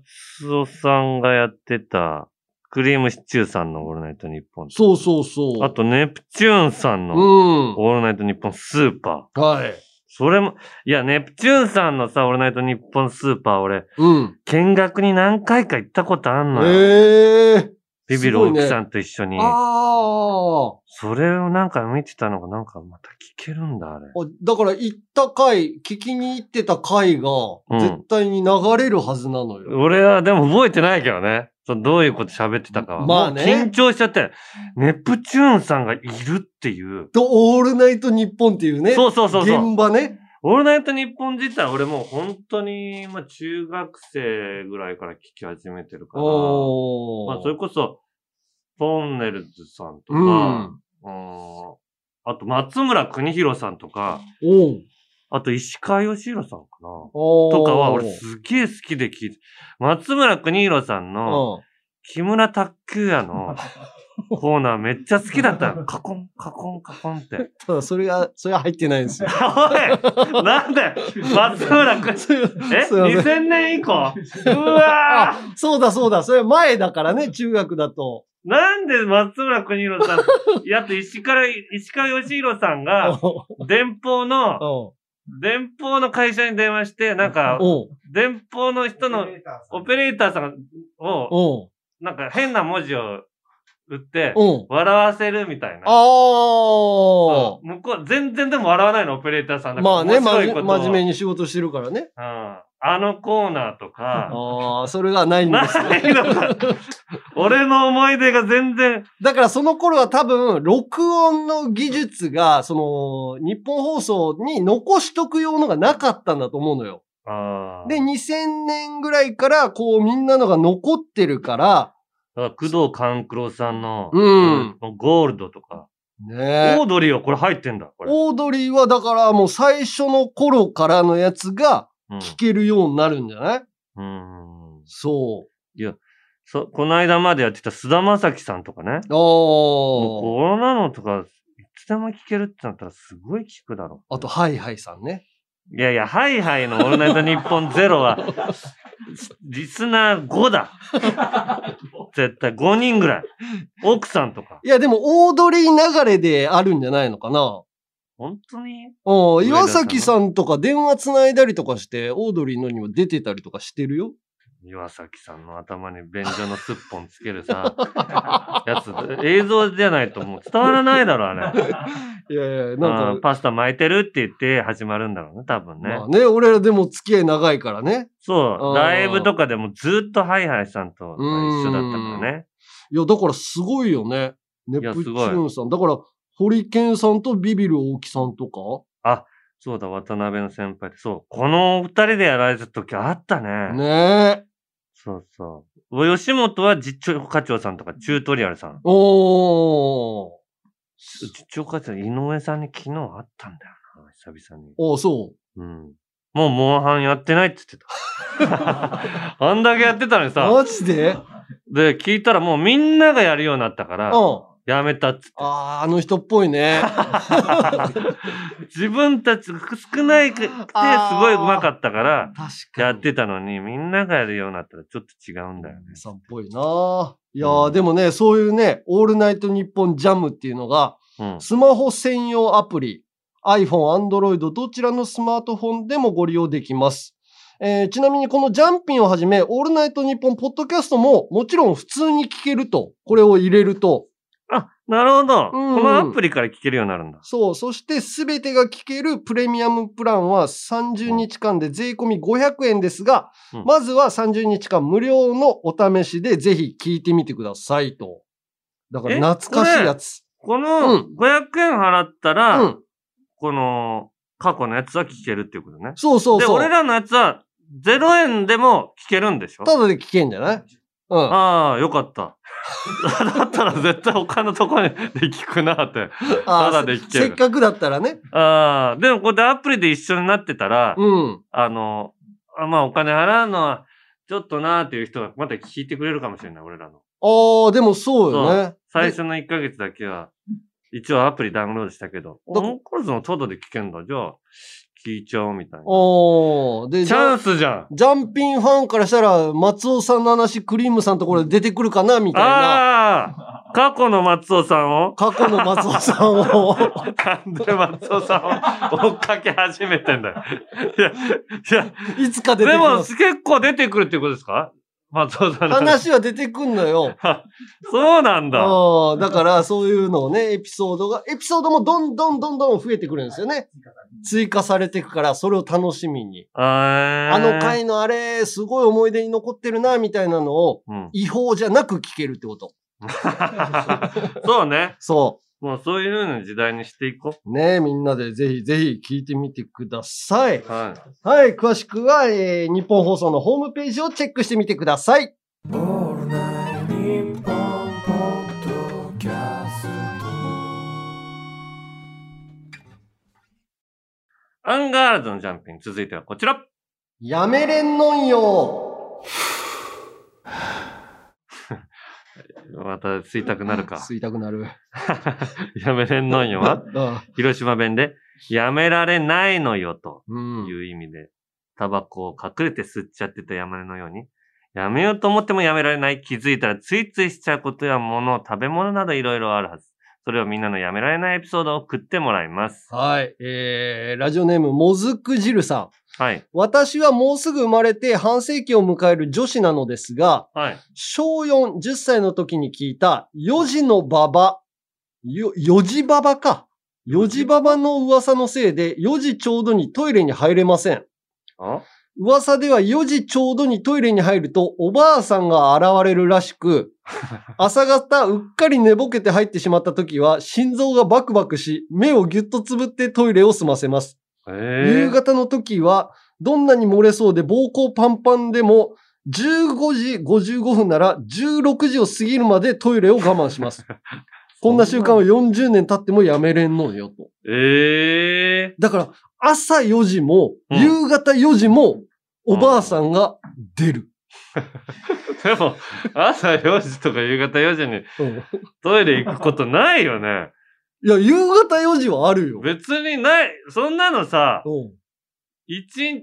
尾さんがやってた、クリームシチューさんのオールナイトニッポンと。
そうそうそう。
あとネプチューンさんの
うん。
オールナイトニッポンスーパー。
はい。
それも、いや、ネプチューンさんのさ、オールナイトニッポンスーパー、俺、
うん。
見学に何回か行ったことあんのよ。
ええ
ビビる
すごいね
奥さんと一緒に。
ああ。
それをなんか見てたのが、なんかまた聞けるんだ、あれ。
あだから行った回、聞きに行ってた回が、
うん
絶対に流れるはずなのよ。
俺はでも覚えてないけどね。そうどういうこと喋ってたかは。
まあね
もう緊張しちゃって、ネプチューンさんがいるっていう。
と、オールナイトニッポンっていうね。
そうそうそうそう。
現場ね。
オールナイトニッポン自体俺もう本当に、まあ中学生ぐらいから聞き始めてるから。
お
まあそれこそ、トンネルズさんと
うん。
か、うんあと松村邦弘さんとか、
おう
あと石川義弘さんかな。
お
とかは俺
う
すげえ好きで聞いて、松村邦弘さんの、
ん。
木村卓球屋
*laughs*
のコーナーめっちゃ好きだったの。カコン、カコン、カコンって。
ただ、それが、それは入ってないんですよ。
おいなんだよ松村
*laughs*
くん。
すい
*laughs* え
ません
?2000 年
*laughs*
以降うわー
そうだそうだ、それ前だからね、中学だと。
なんで松村邦弘
*laughs*
さん、やっと石川、石川義弘さんが、
お
電報の、
う
電報の会社に電話して、なんか、
おう
電報の人のオペレーターさんを、
おう
なんか変な文字を打って、
おう
笑わせるみたいな。
あ
向こう、全然でも笑わないの、オペレーターさん
あ
だから。
まあね、
面
ま
白い
じ
ことを
真面目に仕事してるからね。
うん。あのコーナーとか、
ああ、それがないん
な
ですよ。
いのか。俺の思い出が全然、
だからその頃は多分、録音の技術が、その、日本放送に残しとく用のがなかったんだと思うのよ。
あ
で、2000年ぐらいから、こう、みんなのが残ってるから、
あ、工藤官九郎さんの、
うん
ゴールドとか、
ね
オードリーはこれ入ってんだ、これ。
オードリーはだからもう最初の頃からのやつが
うん
聞けるようになるんじゃない、
うん。
そ
そ、この間までやってた菅田将暉さんとかね。
う。あ
もうこんなのとか、いつでも聞けるってなったらすごい聞くだろ
あ。あと、ハイハイさんね。
う。いやいや、ハイハイのオールナイトニッポンゼロは、リスナー5だ。絶対5人ぐらい。奥さんとか。
いや、でも、オードリー流れであるんじゃないのかな
本当に
う
上田さん
ん、岩崎さんとか電話つないだりとかして、オードリーのにも出てたりとかしてるよ。
岩崎さんの頭に便所のすっぽんつけるさ、やつ、映像じゃないともう伝わらないだろ、あれ。
いやい
な
や、なんんか、
パスタ巻いてるって言って始まるんだろうね、多分ね。
まあね、俺らでも付き合い長いからね。
そうう、
ん
ライブとかでもずっとハイハイさんと一緒だったからね。
いや、だからすごいよね。ネ
いや
プ
すごい
チューンさん。だから、ホリケンさんとビビる大木さんとか。
そうだ、渡辺の先輩で。そう、このお二人でやられた時あったね。
ねえ。
そうそう。吉本は実長課長さんとか、チュートリアルさん。
おー。
実長課長、井上さんに昨日会ったんだよな、久々に。
おそ
うん。もうモンハンやってないって言って *laughs* た。あんだけやってたのに
う。
さ。
マジでうん。
で、聞いたらもうみんながやるようになったから、
あ
やめたっつって。
あー、あの人っぽ
*laughs*
いね。
自分たち少ないくて、すごい上手かったから、
確かに。
やってたのに、みんながやるようになったらちょっと違うんだよね。
さんっぽいな。いやー、でもね、そういうね、オールナイトニッポンジャムっていうのが、
うん。
スマホ専用アプリ、iPhone、Android、どちらのスマートフォンでもご利用できます。えーちなみにこのジャンピンをはじめ、オールナイトニッポンポッドキャストももちろん普通に聞けると、これを入れると。
あ、なるほど。
うん
このアプリから聞けるようになるんだ。
そう、そしてすべてが聞けるプレミアムプランは30日間で税込み500円ですが、
うん
まずは30日間無料のお試しでぜひ聞いてみてくださいと。だから
え
懐かしいやつ。
こ
う
の500円払った
う
ら、
ん。
この過去のやつは聞けるっていうことね。
そうそう
で、
そう。
俺らのやつは0円でも聞けるんでしょ
ただで聞けんじゃないうん。
ああ、よかった。 *laughs* だったら絶対他のところで聞くなって。
あ
た
ー
だで聞ける
せっかくだったらね。
ああ、でもこうやってアプリで一緒になってたら、
うん。
あの、あまあお金払うのはちょっとなーっていう人がまた聞いてくれるかもしれない、俺らの。
ああ、でもそうよね。
最初の1ヶ月だけは、一応アプリダウンロードしたけど、
だ
オンコルズのトドで聞けんだ。じゃあ、聞いちゃおうみたいな。
おー。で、
チ
ジ
ャ
ャ
ン
ン
スじゃん
ジャンピンファンからしたら、松尾さんの話、クリームさんところで出てくるかなみたいな。
ああ過去の松尾さんを、
過去の松尾さんを
なんで松尾さん
*laughs*
を追っかけ始めてんだよ。いや、いや、
*laughs* いつか出て
で
き
も
ます。
結構出てくるってことですか松尾さんの話。
話は出てくんのよ。
そうなんだ。
ああ、だからそういうのをね、エピソードが、エピソードもどんどんどんどん増えてくるんですよね。追加されていくから、それを楽しみに。
あ
あの回のあれ、すごい思い出に残ってるな、みたいなのを、
うん、
違法じゃなく聞けるってこと。
そうね。
そ
もうそういう風な時代にしていこ
う。ねみんなでぜひぜひ聞いてみてください。
う。はい。
はい、詳しくは、えー日本放送のホームページをチェックしてみてください。
アンガールズのジャンピング、続いてはこちら。
やめれんのんよ。
また吸いたくなるか。
吸いたくなる。
やめれんのんよは、
あ
広島弁で、やめられないのよと
うん。
いう意味で、タバコを隠れて吸っちゃってた山根のように、やめようと思ってもやめられない、気づいたらついついしちゃうことや物、食べ物などいろいろあるはず。それをみんなのやめられないエピソードを送ってもらいます。
はい。えー、ラジオネーム、もずくじるさん。
はい。
私はもうすぐ生まれて半世紀を迎える女子なのですが、
はい。
小4、10歳の時に聞いた、4時のババ、よ、4時ババか。4時ババの噂のせいで、4時ちょうどにトイレに入れません。
あ
噂では4時ちょうどにトイレに入るとおばあさんが現れるらし *laughs* く、朝方うっかり寝ぼけて入ってしまった時は心臓がバクバクし、目をぎゅっとつぶってトイレを済ませます。
え
夕方の時はどんなに漏れそうで膀胱パンパンでも、15時55分なら16時を過ぎるまでトイレを我慢し *laughs* ます。こんな習慣は40年経ってもやめれんのよと。
ええ
だから朝4時も、
うん
夕方4時も、おばあさんが出る。
でも、朝4時とか夕方4時に
うん
トイレ行くことないよね。
いや、夕方4時はあるよ。
別にない。そんなのさ、
うん
1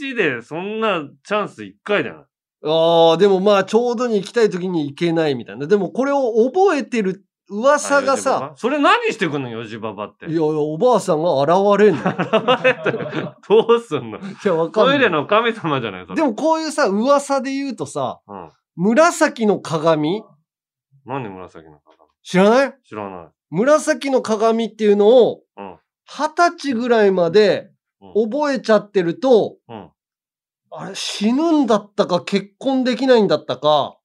日でそんなチャンス1回だよ。
ああ、でもまあ、ちょうどに行きたい時に行けないみたいな。でもこれを覚えてる噂がさ、、
それ何してくんの、4時ばばって
いや。いや、おばあさんが現れんの。い
*laughs* どうすんの
や、わかん
ト
ない。
イレの神様じゃないそれ
でもこういうさ、噂で言うとさ、
うん。
紫の鏡
何紫の鏡
知らない
知らない。
紫の鏡っていうのを
うん、
二十歳ぐらいまで
うん
覚えちゃってると、
うん。
あれ、死ぬんだったか、結婚できないんだったか、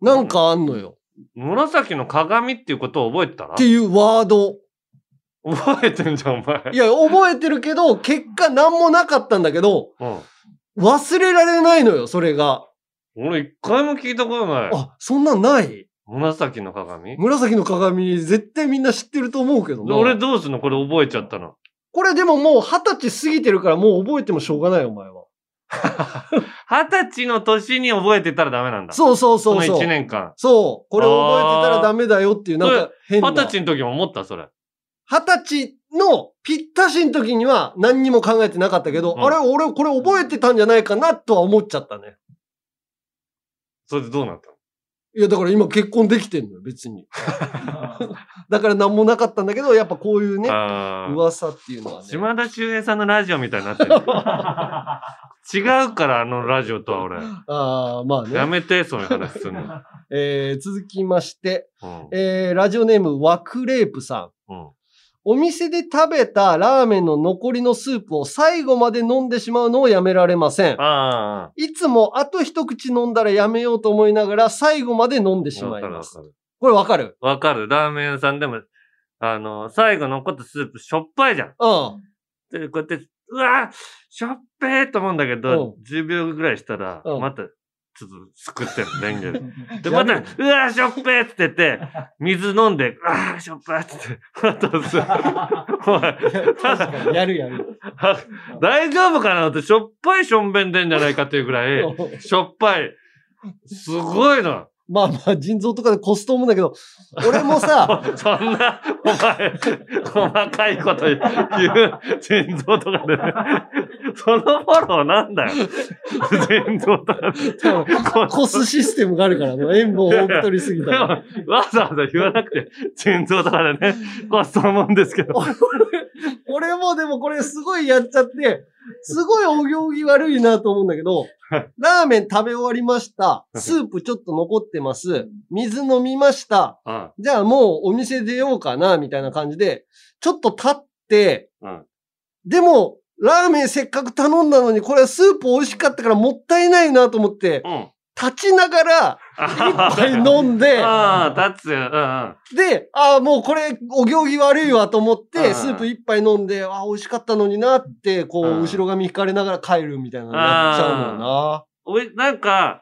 なんかあんのよ。
紫の鏡っていうことを覚えてたら
っていうワード。
覚えてんじゃん、お前。
いや、覚えてるけど、結果何もなかったんだけど、
うん。
忘れられないのよ、それが。
俺一回も聞いたことない。
あ、そんなんない
紫の鏡
紫の鏡、絶対みんな知ってると思うけど
で
な。
俺どうすんのこれ覚えちゃったの。
これでももう二十歳過ぎてるから、もう覚えてもしょうがないよ、お前は。
二十歳の年に覚えてたらダメなんだ。
そうそうそう
この
そ
一
う。
年間。
そう。これを覚えてたらダメだよっていう、なんか変な。
二十歳の時も思った、それ。
二十歳のぴったしの時には何にも考えてなかったけど、
うん
あれ、俺、これ覚えてたんじゃないかなとは思っちゃったね。
それでどうなったの
いや、だから今結婚できてんのよ、
*laughs*
別に。だから何もなかったんだけど、やっぱこういうね、
あー
噂っていうのはね。
島田秀平さんのラジオみたいにな
*laughs*
ってる。違うから、あのラジオとは俺。
ああ、まあ
や
ね。
めて、そういう話
*laughs*
すんの。
えー続きまして、
うん
えーラジオネーム、ワクレープさん。
うん
お店で食べたラーメンの残りのスープを最後まで飲んでしまうのをやめられません。
ああ。
いつもあと一口飲んだらやめようと思いながら最後まで飲んでしま
わ
い
かるわ
ま
か
す。
る。
これわかる
わかる。ラーメン屋さんでも、あの、最後残ったスープしょっぱいじゃん。
うん。
で、こうやって、うわーしょっぺーと思うんだけど、10秒ぐらいしたら、
うん
また、ちょっとすくってる、
*laughs*
レンゲで。で、
や
ま
る
た、う
よ
わーしょっぺーって言っ
*laughs*
て、水飲んで、うわーしょっぺーって言って、またす、
*laughs*
お前、
やるやる。
*laughs* 大丈夫かなって、しょっぱいしょんべんでんじゃないかっていうぐらい、しょっぱい。すごいな。
まあまあ、腎臓とかでこすと思うんだけど、俺も *laughs* さ、
*laughs* そんな、お前、細かいこと言う、腎臓とかで、ね、そのフォローなんだよ。腎臓とかで。
こすシステムがあるからね、塩分を多く取りすぎた
でも
ら。
わざわざ言わなくて、腎臓とかでね、こうそう思うんですけど。
俺もでもこれすごいやっちゃって、すごいお行儀悪いなと思うんだけど、ラーメン食べ終わりました。スープちょっと残ってます。水飲みました。
うん。
じゃあもうお店出ようかな、みたいな感じで、ちょっと立って、
うん
でも、ラーメンせっかく頼んだのに、これはスープ美味しかったからもったいないなと思って、
うん。
立ちながら一杯飲んで、
ああ、立つ。うんうん。
で、ああ、もうこれ、お行儀悪いわと思
う
っ
ん
て、スープ一杯飲んで、ああ、美味しかったのになって、こ
うん
う、後ろ髪引かれながら帰るみたいなのになっちゃうのよ
おい、なんか、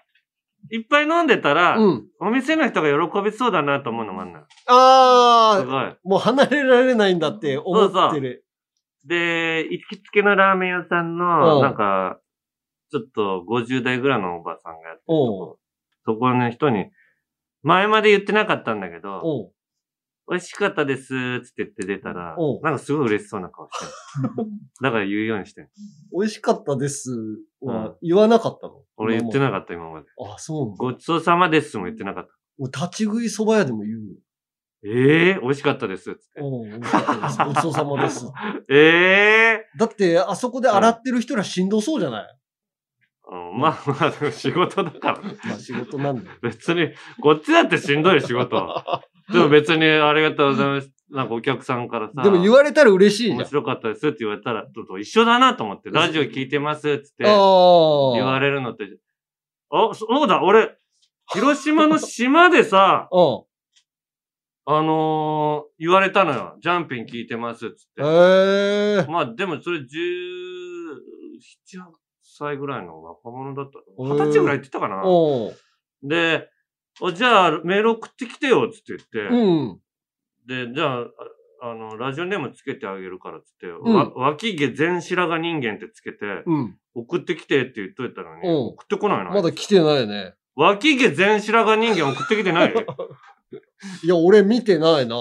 いっぱい飲んでたら、
な。うん。
お店の人が喜びそうだなと思うのもあんな。す
ああ、
ごい。
もう離れられないんだって思ってる。
で、行きつけのラーメン屋さんの、
うん
なんか、ちょっと50代ぐらいのおばさんがやってると
おう
こ、そこの人に、前まで言ってなかったんだけど、
おう
美味しかったですっつって言って出たら
お、う
なんかすごい嬉しそうな顔してる。
*laughs*
だから言うようにしてる。
美味しかったです
う
は言わなかったの
俺言ってなかった今まで。
あ、そうなの
ごちそうさまですも言ってなかった。
俺立ち食い蕎麦屋でも言う
ええー、美味しかったですっつって。
の。おう
*laughs*
美味しかったです。ごちそうさまです。
ええ
だって、あそこで洗ってる人らしんどそうじゃない
ーうんまあまあ、でも仕事だから。
まあ仕事な
*laughs*
んで。
別に、こっちだってしんどい仕事。
*laughs*
でも別にありがとうございます。なんかお客さんからさ、
でも言われたら嬉しいじゃん
面。白かったですって言われたら、ちょっと一緒だなと思って、ラジオ聞いてますって言って
ああ。、
言われるのって、あ、そうだ、俺、広島の島でさ
*laughs* うん。
あのー言われたのよ。ジャンピン聞いてますって
ええ
言って。
ー。
まあでもそれ17、8歳ぐらいの若者だった。
へー
二十歳ぐらいって言ったかな。
おう
で、おじゃあメール送ってきてよって言って、
うん。
で、じゃあ、ああの、ラジオネームつけてあげるからっつって、
ん
わ脇毛全白髪人間ってつけて、
うん。
送ってきてって言っといたのに、
うん
送ってこないな。
まだ来てないね。
脇毛全白髪人間送ってきてない
*laughs* いや、俺見てないな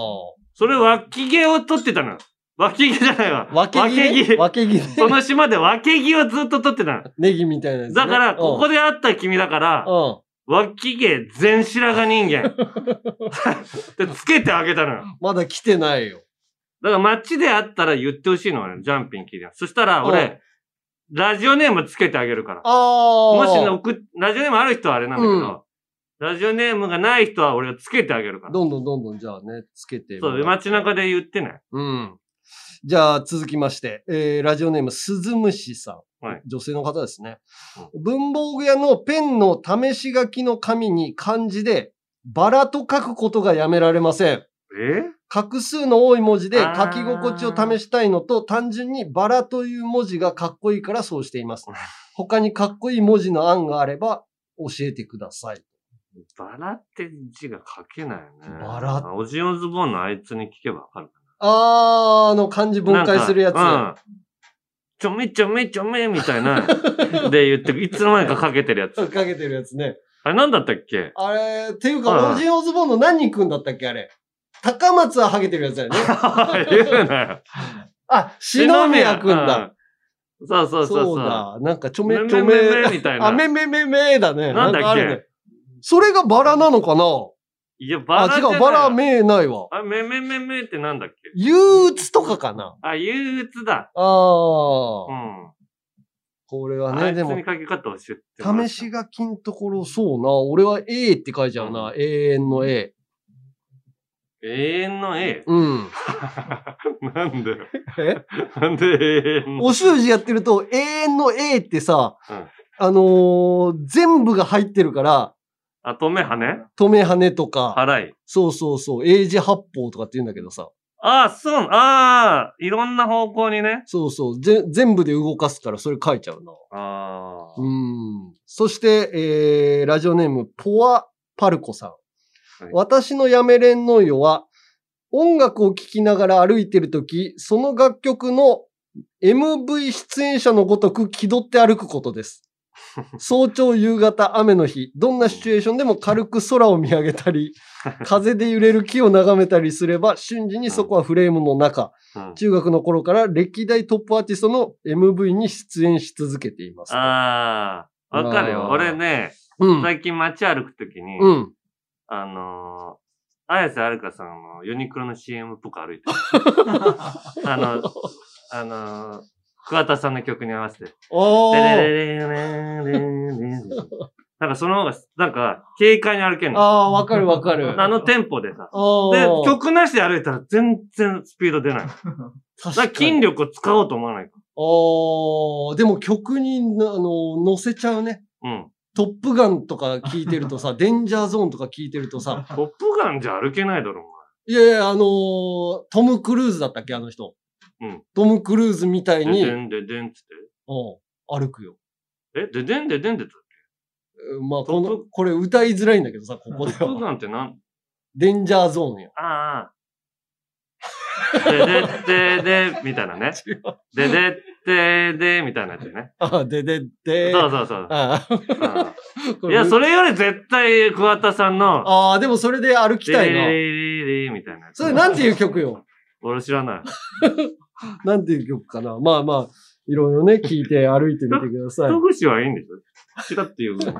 それ脇毛を取ってたのよ。脇毛じゃないわ。
分け切れ
脇毛
分け切
*laughs* その島で脇毛をずっと取ってたの。
れネギみたいなやつね、
だから、ここ
で。
で会った君だから、
うん。
脇毛全白髪人間。
*laughs*
で、つけてあげたのよ。
まだ来てないよ。
だから街で会ったら言ってほしいの俺、ジャンピン聞いてます。そしたら俺、ラジオネームつけてあげるから。
ああ。
もしね、送っラジオネームある人はあれなんだけど、
うん
ラジオネームがない人は俺がつけてあげるから。
どんどんどんどん、じゃあね、つけて。
そう、街中で言ってね。
うん。じゃあ、続きまして、えー、ラジオネーム、鈴虫さん。
はい
女性の方ですね。文房具屋のペンの試し書きの紙に漢字で、バラと書くことがやめられません。
え
画数の多い文字で
あー
書き心地を試したいのと、単純にバラという文字がかっこいいからそうしています。他にかっこいい文字の案があれば教えてください。
バラって字が書けないよね。
バラ
オジンオズボーンのあいつに聞けばわかる。
あー、あの漢字分解するやつ。
なんかうんちょめちょめちょめみたいな。で言って、いつの間にかかけてるや
*laughs*
つ。
かけてるやつね。
あれなんだったっ
*laughs*
け
あれ、っていう
うん
か、オジンオズボーンの何君だったっけあれ。高松はハゲてるやつ
*laughs*
だよね。
言うなよ。
あ、篠宮君だ。
うん。そうそうそう
そ
そうう。
だ。なんかちょめちょ
めめめ
め。
みたいな。
あ、めめめめだね。
なんだっけ
あるねそれがバラなのかない
や、バラ
あ、
じゃない。
違う、バラめないわ。
あ、めめめめってなんだっけ
憂鬱とかかな
あ、憂鬱だ。
ああ、
うん。
これは
あ
ね、
いつ
でも
に、かけ方を知ってもらった。
試し書きんところ、そうな。俺は A って書いちゃうな。永遠の A。
永 *laughs* 遠の A。
うん。
なんで
え
なんで永 *laughs* 遠の
お習字やってると、永遠の A ってさ、
うん
あのー全部が入ってるから、
あ、止めはね
止め跳ねとか、
払い。
そうそうそう、英字八方とかって言うんだけどさ、
あ、そう、ああ、いろんな方向にね。
そうそう、ぜ全部で動かすから、それ書いちゃうな。
ああ。
うん。そして、えー、ラジオネーム、ポワ・パルコさん。
はい
私のやめれんのよは、音楽を聴きながら歩いてるとき、その
*laughs*
楽曲の MV 出演者のごとく気取って歩くことです。早朝、夕方、雨の日、どんなシチュエーションでも軽く空を見上げた
*laughs*
り、風で揺れる木を眺めたりすれば、瞬時にそこはフレームの中。
うん
中学の頃から歴代トップアーティストの MV に出演し続けています。
ああ、わかる
あ
よ。
ー
俺ね、
うん。
最近街歩くときに、
うん。
あのー、綾瀬はるかさんのユニクロの CM っぽく歩いてる。
*laughs*
あの、あのー、桑田さんの曲に合わせて。
お
でれ
ー。
れれれれれれなんかその方が、なんか、軽快に歩けるの。
ああー、わかるわかる。
あのテンポでさ。
あ
で
ー、
曲なしで歩いたら全然スピード出ない。だか
確
ら
かに
筋力を使おうと思わないか。
ああ、でも曲に、なあの、乗せちゃうね。
うん。
トップガンとか聞いてると
*laughs*
さ、デンジャーゾーンとか聞いてるとさ、
トップガンじゃ歩けないだろ、
いやいや、あのートム・クルーズだったっけ、あの人。
うん
トム・クルーズみた
お
い
前。
に、
で
う
で
ん
んででんつっ
歩くよ。
て。えででんででんでと。
うんまあ、
ト
こ
ップ
の、これ歌いづらいんだけ
*laughs*
どさ、ここ
トッ
で
プ
は。
ガンってなん
デンジャーゾ
*laughs*
ーンよ。
ああ。でででで、みたいなね。でででで、みたいなやつね。
あーででで。
そうそうそう。
あーこ
うんい
れ
や、それより絶対桑田さんの、
ああ、でもそれで歩き
で
た
で
いな。
ででみたいなやつ
それなんていう曲よ。
俺知らない。
なんていう曲かな。まあまあ、いろいろね、聞いて歩いてみてください。
一口はいいんでしょ知らっていう分。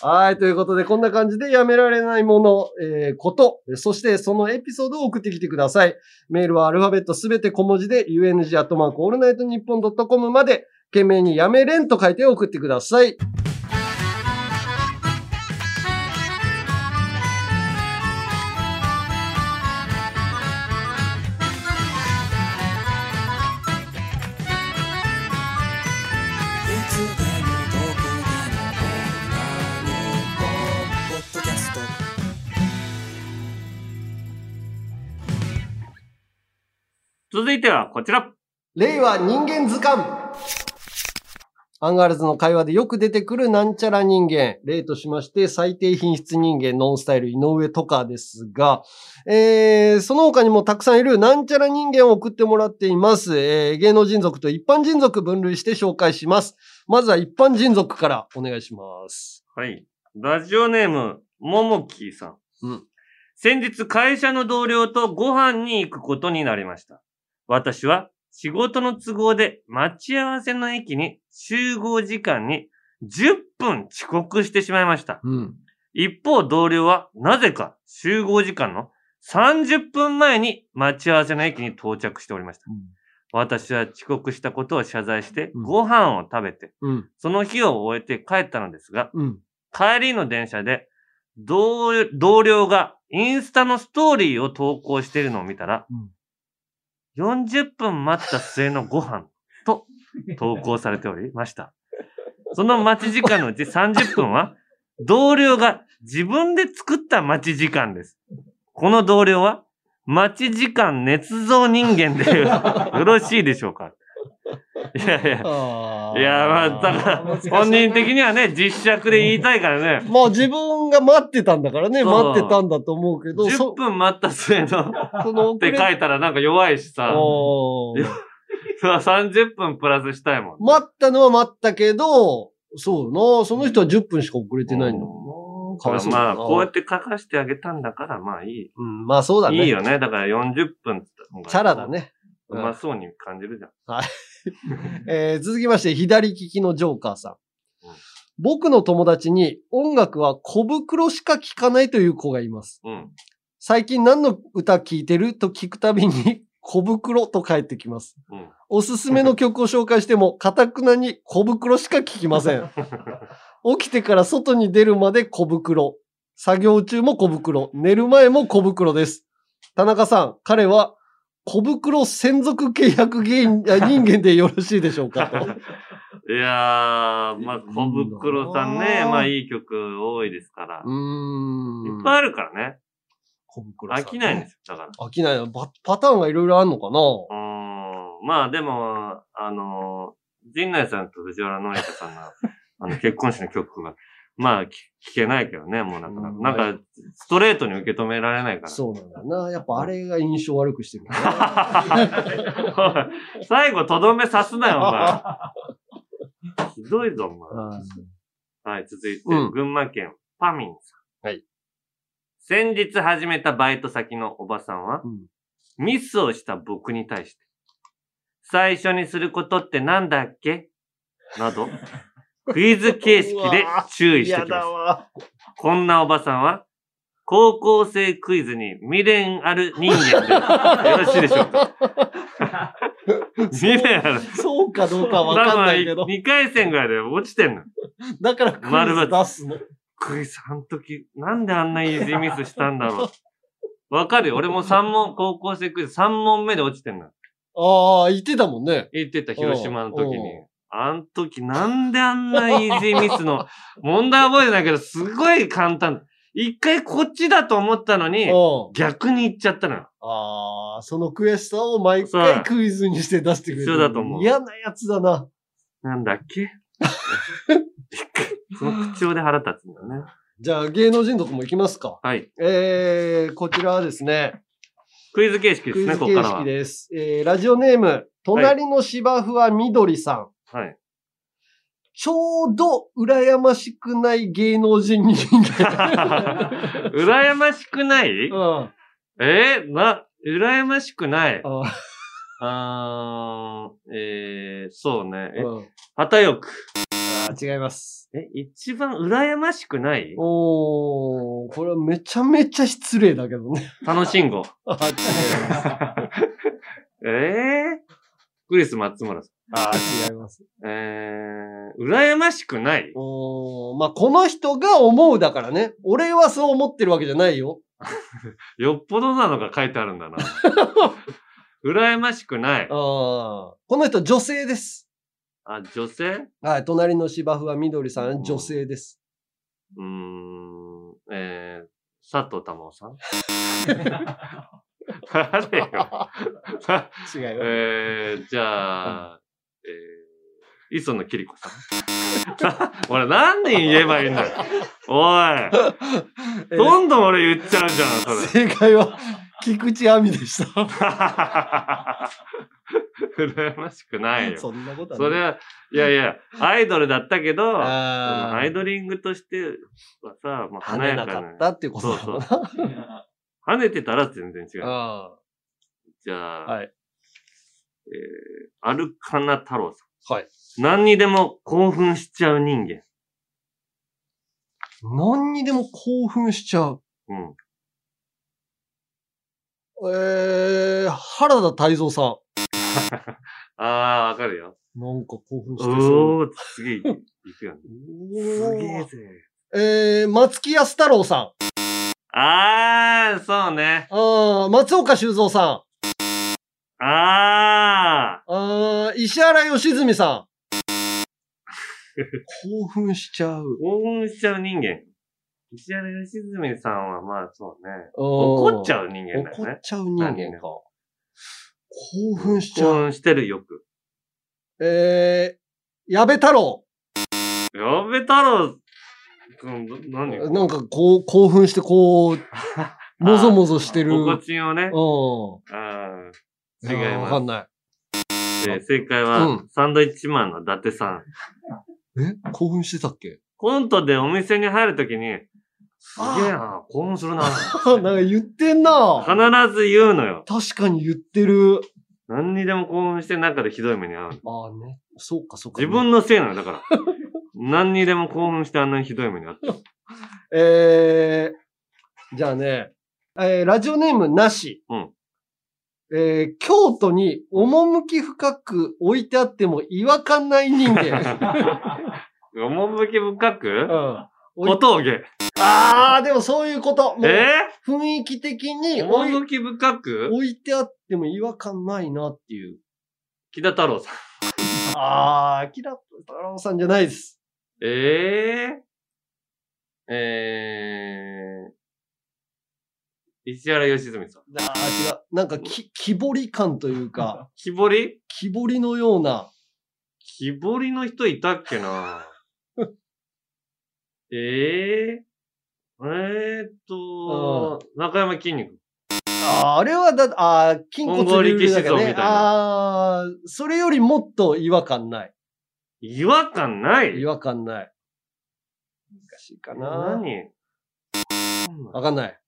はい。ということで、こんな感じでやめられないもの、えーこと、そしてそのエピソードを送ってきてください。メールはアルファベットすべて小文字で、UNG アットマークオールナイトニッポンドットコムまで、懸命にやめれんと書いて送ってください。
続いてはこちら。
令和人間図鑑アンガールズの会話でよく出てくるなんちゃら人間。例としまして、最低品質人間、ノンスタイル、井上とかですが、えー、その他にもたくさんいるなんちゃら人間を送ってもらっています。えー、芸能人族と一般人族分類して紹介します。まずは一般人族からお願いします。
はい。ラジオネーム、ももきーさん。
うん
先日、会社の同僚とご飯に行くことになりました。私は、仕事の都合で待ち合わせの駅に集合時間に10分遅刻してしまいました。
うん。
一方、同僚は、なぜか集合時間の30分前に待ち合わせの駅に到着しておりました。
うん
私は遅刻したことを謝罪して、
うん
ご飯を食べて、
うん。
その日を終えて帰ったのですが、
うん。
帰りの電車で、同同僚がインスタのストーリーを投稿しているのを見たら、40分待った末のご飯と投稿されておりました。その待ち時間のうち30分は、同僚が自分で作った待ち時間です。この同僚は、待ち時間捏造人間でよろしいでしょうかいやいや、
あ
いや、まあ、だから、本人的にはね、実尺で言いたいからね。
まあ自分が待ってたんだからね、
そう
待ってたんだと思うけど、
10
そ
分待った末のっ
その遅
て書いたらなんか弱いしさ、
おー
そう30分プラスしたいもん。
待ったのは待ったけど、そうだな。その人は10分しか遅れてないんだもんな。かわいそうだ
ま
な。
あ、こうやって書かせてあげたんだから、まあいい。
うん、まあそうだね。
いいよね。だから40分って言った
チャラだ。ね。
うまそうに感じるじゃん。
えー続きまして、左利きのジョーカーさん
うん。
僕の友達に音楽は小袋しか聴かないという子がいます。
うん。
最近何の歌聴いてると聞くたび
*laughs*
に小袋と返ってきます。
うん。
おすすめの曲を紹介しても、かたくなに小袋しか聴きませ
*laughs*
ん。起きてから外に出るまで小袋。作業中も小袋。寝る前も小袋です。田中さん、彼は小袋専属契約芸
*laughs*
人あ人間でよろしいでしょうかと。
いやー、まあ、小袋さんね、まあいい曲多いですから。
うーん。
いっぱいあるからね。
小袋さん
飽きないんですよ。だから。
飽きないのパパターンがいろいろあるのか
う
な
ーん。まあでも、あのー、陣内さんと藤原紀香さん
*laughs*
のあの結婚式の曲が、まあき聞けないけどね、もうなかな
うん
か。なんか、ストレートに受け止められないから。 *laughs*
そうなんだな。やっぱあれが印象悪くしてるんだな。 *laughs*
おい最後、とどめさすなよ、お前。ひどいぞ、お前。
はい
はい、続いて、
うん
群馬県パミンさん。
はい。
先日始めたバイト先のおばさんは、
うん
ミスをした僕に対して、最初にすることってなんだっけなど、クイズ形式で注意してきます。
わ。
こんなおばさんは、高校生クイズに未練ある人間で、よろしいでしょう
*laughs*
か未練ある。
そうかどうかわかんないけ
多
ど。
分2回戦ぐらいで落ちてんの。
だからクイズ出すの。
クイズ、あの時、なんであんなイージーミスしたんだろう。わかるよ。俺も3問、高校生クイズ3問目で落ちてんの。
ああ、言ってたもんね。
言ってた、広島の時に
おう。
あの時、なんであんなイージーミス
*laughs*
の、問題覚えてないけど、すごい簡単。一回こっちだと思ったのに、
うん。
逆に行っちゃったのよ。
ああ、その悔しさを毎
そ
回
う
クイズにして出してくれ
必
る。
要だと思う
嫌なやつだな。
なんだっ
*laughs*
けその口調で腹立つんだね。
じゃあ芸能人のとこも行きますか。
はい。
えー、こちらはですね、
クイズ形式で
ク
す
イ
ね、
ズ
ここ
形
からは
式。です。えー、ラジオネーム、隣の芝生は緑さん。
はい。
ちょうど羨ましくない芸能
*laughs*
人に。 *laughs*
羨ましくない
うん。あ
えー、な、羨ましくない。
ー
あー、えー、そうね。え、
うん
旗よく。
あー違います。
え、一番羨ましくない
おー、これはめちゃめちゃ失礼だけどね。
楽し
*laughs*
んご。
あー違います
えー、クリス松村さ
あー違います。
ん。えー、羨ましくない
*laughs* おー、まあ、この人が思うだからね。俺はそう思ってるわけじゃないよ。
よっぽどなのが書いてある
*laughs*
んだな。羨ましくない
あー。この人女性です。
あ、女性
はい、隣の芝生は緑さ
うん
ん、女性です。
うーん、えー、佐藤珠緒さ
*laughs*
ん誰よ。
違います。
えー、じゃあ、えー、磯野キリ子 *laughs* さん。俺何人言えばいいんだよ。おい、どんどん俺言っちゃうじゃん、それ。
正解は、菊池亜美でした。 *laughs*
羨ましくないよ。
そんなことは
それは、いやいや、アイドルだったけど、
あー
アイドリングとしてはさ、まあ、華
跳ね
やか
な
な
かったっていうこと
そう
だ
そ
も。
うん跳ねてたら全然違う。
あ
じゃあ、
はい
えー、アルカナ太郎さん。
はい。
何にでも興奮しちゃう人間。
ー何にでも興奮しちゃう。
うん。
えー、原田泰造さ
ああ、わかるよ。
ん。なんか興奮してそう。
おー、すげえ、いく
*laughs*
よね。すげえぜ。
えー、松木安太郎さん。
ああ、そうね。
あー松岡修造さん。
ああ、
あー石原良純さん。興奮しちゃう。
興奮しちゃう人間。石原良純さんはまあそうね。怒
怒
っち
う。
ゃう人間だよ
怒
ね
っ。ちゃう人間
何が
か。興奮しち
興
ゃう。
奮してるよく。
えー、矢部太郎。
やべ太郎くん、ど何
なんかこう、興奮して
*laughs*
こう、もぞもぞしてる。うん。
心
あ
地をね。
ー
あ違います
わかんない。
えー正解は、
うん
サンドイッチマンの伊達さん。
え興奮してたっけ
コントでお店に入るときに、すげえな、興奮するな。
*laughs* なんか言ってんな
必ず言うのよ。
確かに言ってる。
何にでも興奮して中でひどい目に遭うの。
ああね。そうか、そうか。
自分のせいなの、だ
*laughs*
から。何にでも興奮してあんなにひどい目に遭って。
えー、じゃあね、えー、ラジオネームなし。
うん
えー、京都に趣深く置いてあっても違和感ない人 *laughs* 間。
趣深
う
く
ん、置い
小峠。
ああ、でもそういうこと。もう
え
雰囲気的に
ー、
置い
趣深く
置いてあっても違和感ないなっていう。
木田太郎さん。
ああ、キラ太郎さんじゃないです。
えー、えー、石原良純さん。
ああ、違う。なんかき、木彫り感というか、
木彫り
木彫りのような。
木彫りの人いたっけ
*laughs*
なえええーっと、中山筋肉。
あああれはだ、ああ、筋骨隆々だけど
モンゴル騎士像みた
ね
い。な
ああ、それよりもっと違和感ない。
違和感ない
違和感ない。難しいかな。 *laughs*
何
わかんない。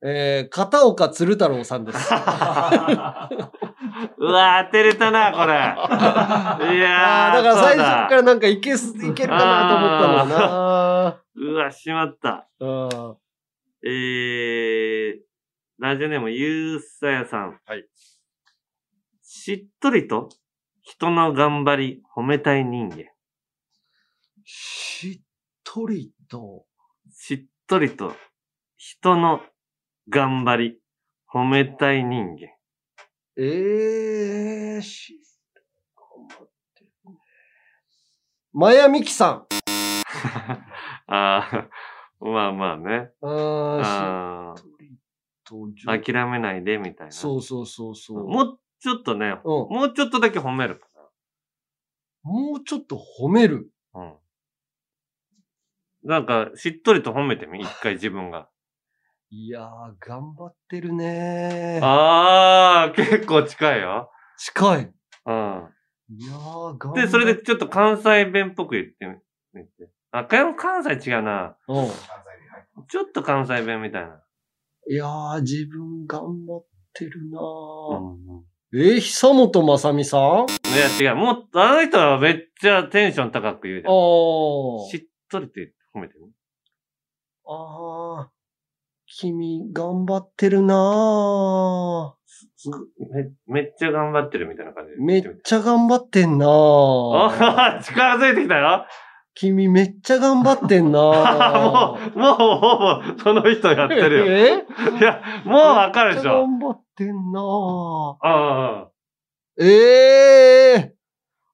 えー、片岡鶴太郎さん
*laughs*
です。
うわ当てれたな、こ
*laughs*
れ。い
あ
や
あ、
ー、
だから最初か
そうだ
らなんかいけす、いけるかなと思ったのか
うわ、しまった。
な。うん。
えー、ラジオネーム、ゆうさやさん。
はい。
しっとりと、人の頑張り、褒めたい人間。
しっとりと、
しっとりと、人の頑張り、褒めたい人間。
ええー、し、マヤミキさ
ああ、まあまあね。
ん。あ
あ
ーしっとりと、
あ、諦めないで、みたいな。
そうそうそうそう。
もうちょっとね、
うん、
もうちょっとだけ褒めるか
もうちょっと褒める。
な。うん。なんか、しっとりと褒めて
*laughs*
み、一回自分が。
いやー、頑張ってるねー。
ああ、結構近いよ。
近い。
うん。
いやー、頑張って
で、それで、ちょっと関西弁っぽく言ってみて。あ、かよ関西違うな。
うん。
ちょっと関西弁みたいな。
いやー、自分頑張ってるな
う
ー。
んうん、
えー、久本雅美さんあ
いや、違う。もっと、あの人はめっちゃテンション高く言うじゃん。
ー
し。っとりと言って褒めてみ。
ああ、君頑張ってるなあ
すごめめっちゃ頑張ってるみたいな感じで。
め
言
っ
てみて
ちゃ頑張ってんなあ
あ力づいてきたよ。
君めっちゃ頑張ってんな
*laughs* も
あ
う、もう、ほぼ、その人やってるよ。
*laughs* え
いや、もうわかる
めっ
でし
ちゃ
ょ。
頑張ってんなあ
あ
ええ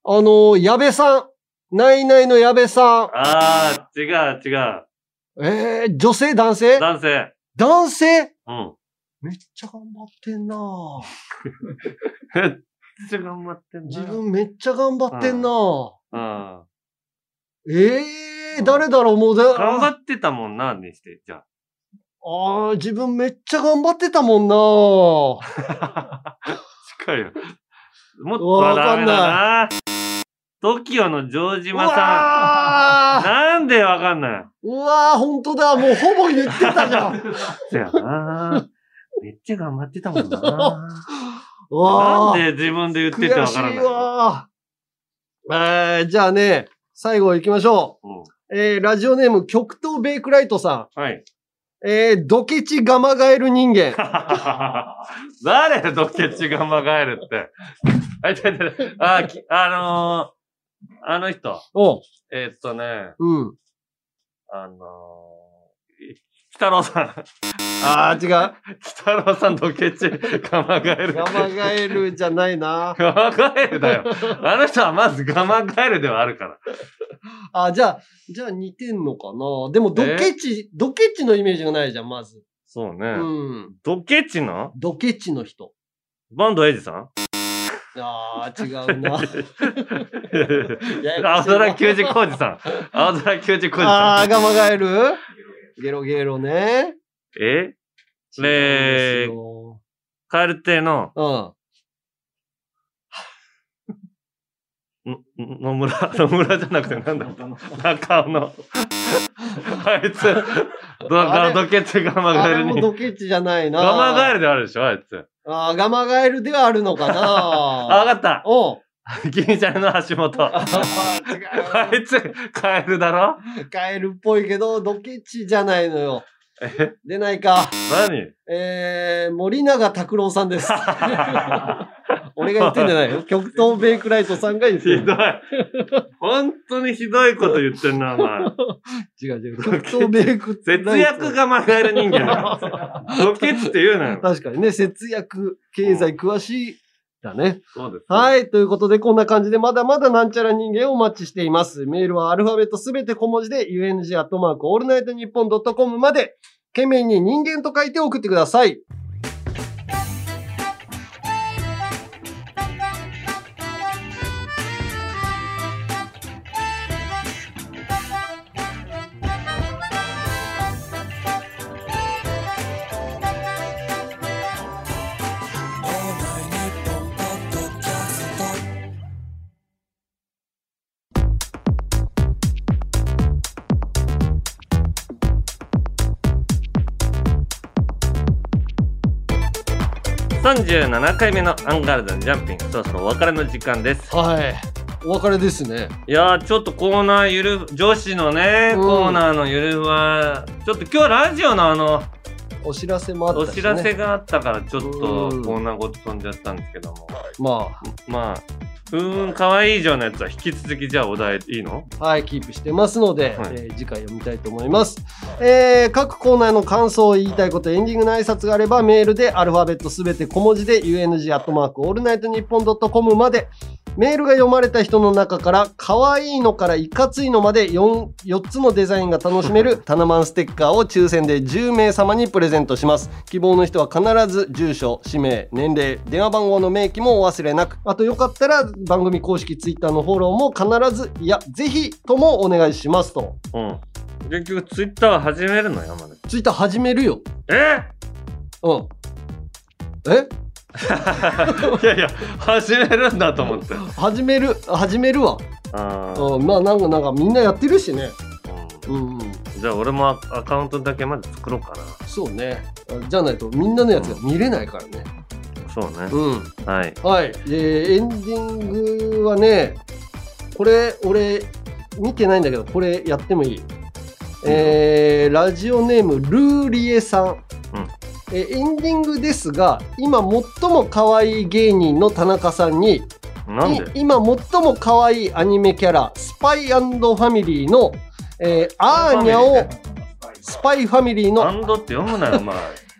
あの、矢部さん。ないないの矢部さん
あ、。ああ、違う、違う。
ええ女性男性
男性。
男性
うん。
めっちゃ頑張ってんなあ
めっちゃ頑張ってんな。
自分めっちゃ頑張ってんなあ
うん。
ええ誰だろうもうだ、
頑張ってたもんな、にして、じゃ
ああ、自分めっちゃ頑張ってたもんな。
あ。近いよ。もっと
う
は
わわか
ダメ
んない
だな。TOKIO の城島さん。
あ。
なんでわかんないう
わー、ほんとだ。もうほぼ言ってたじゃ
*laughs*
ん。
そやな。めっちゃ頑張ってたもんな。
う
な
わ
ん
ー、
で自分で言ってて
悔
わ
し
からない
い。わー。えー、じゃあね、最後行きましょ
うん
う。えー、ラジオネーム、極東ベイクライトさ
はい。 *laughs*
ん。えー、ドケチガマガエル人間。 *laughs*
誰ドケチがまがえるって。あ、いたいたいた。あ、きあのー、あの人。
おう。
えーっとね、
うん。
あのー、北郎さん。
あー、違う。ガ
北郎さん *laughs* ドケチがまがえる。
マガエルじゃないな。
ガマガエル
*laughs*
だよ。あの人はまずガマガエルではあるから。
あ、じゃあ、じゃあ似てんのかな。でも、ドケチ、ドケチのイメージがないじゃん、まず。
そうね。
うん。
ドケチの
ドケチの人。
バンドエイジさ
*laughs*
ん
ああ、違う *laughs* な。
青空球児工事さん。青空球児工事
あ
さ
あ、ガマガエルゲロゲロね。
ん。えねえ
違うんですよ
カエル亭の
うん。
の野村、 *laughs* 野村じゃなくてなんだ中尾の。あいつ、ど
あれ
ドケチガマ
あ
ガエ
れ
ル
も
に。
ドケチじゃないな。
ガマガエ
ル。
ルであるでしょ、あいつ。
ああ、ガマガエルではあるのか
あ、わ
な。
かった。
おう。
銀シャリの橋本。
あ
あ
ー違
いつ、カエルだろ
う。ガエルっぽいけど、ドケチじゃないのよ。
え
出ないか。
何
えー、森永拓郎さ
*laughs*
んです。俺が言ってんじゃないよ。極東ベイクライトさんが言って
ひ
る
どい。本当にひどいこと言ってんな、お前。
違う違う。極東ベイクライト。
節約ガマガエル人間だよ。ドケチって言うな
*laughs*
よ。
確かにね、節約、経済詳しい。だね。
そうです。
はい。ということで、こんな感じで、まだまだなんちゃら人間をお待ちしています。メールはアルファベットすべて小文字で、u n g アットマークオールナイトニッポンドットコムまで、懸命に人間と書いて送ってください。
37回目のアンガールズのジャンピングそろそろお別れの時間です
はい。お別れですね。
いやーちょっとコーナーゆる女子のね、
うん
コーナーのゆるふわちょっと今日ラジオのあの
お知らせもあった
お
し、ね。
知らせ。があったからちょっとコ
うん
ーナーごと飛んじゃったんですけども、
ま
まあうーんかわいい以上のやつは引き続きじゃあお題いいの
あ、はい、キープしてますので、
はい
えー次回読みたいと思います。えー各コーナーの感想を言いたいこと、エンディングの挨拶があれば、メールでアルファベットすべて小文字で、UNG アットマークオールナイトニッポンドットコムまで、メールが読まれた人の中から、可愛いのからいかついのまで 4, 4つのデザインが楽しめる *laughs* タナマンステッカーを抽選で10名様にプレゼントします。希望の人は必ず住所、氏名、年齢、電話番号の明記もお忘れなく。あとよかったら番組公式ツイッターのフォローも必ず、いや、ぜひともお願いしますと。
うん結局ツイッター始めるの山田
ツイッター始めるよ。
え
うん。え
いやいや始めるんだと思って
始める、始めるわ。
あー
うん、まあなんか、なんかみんなやってるしね。
う
うん、うん。
んじゃあ俺もアカウントだけまず作ろうか
そうね。じゃないとみんなのやつが見れないからね。
なそうね
うん。
はい
はい。で、エンディングはね、これ、俺、見てないんだけど、これやってもいい。えーラジオネーム、ルーリエさん。
うん
えーエンディングですが、今最も可愛い芸人の田中さんに、
なんで
い今最も可愛いアニメキャラ、スパイファミリーの、えーアーニャを、スパイファミリー
バ
の
ンドって読むなよ、お前。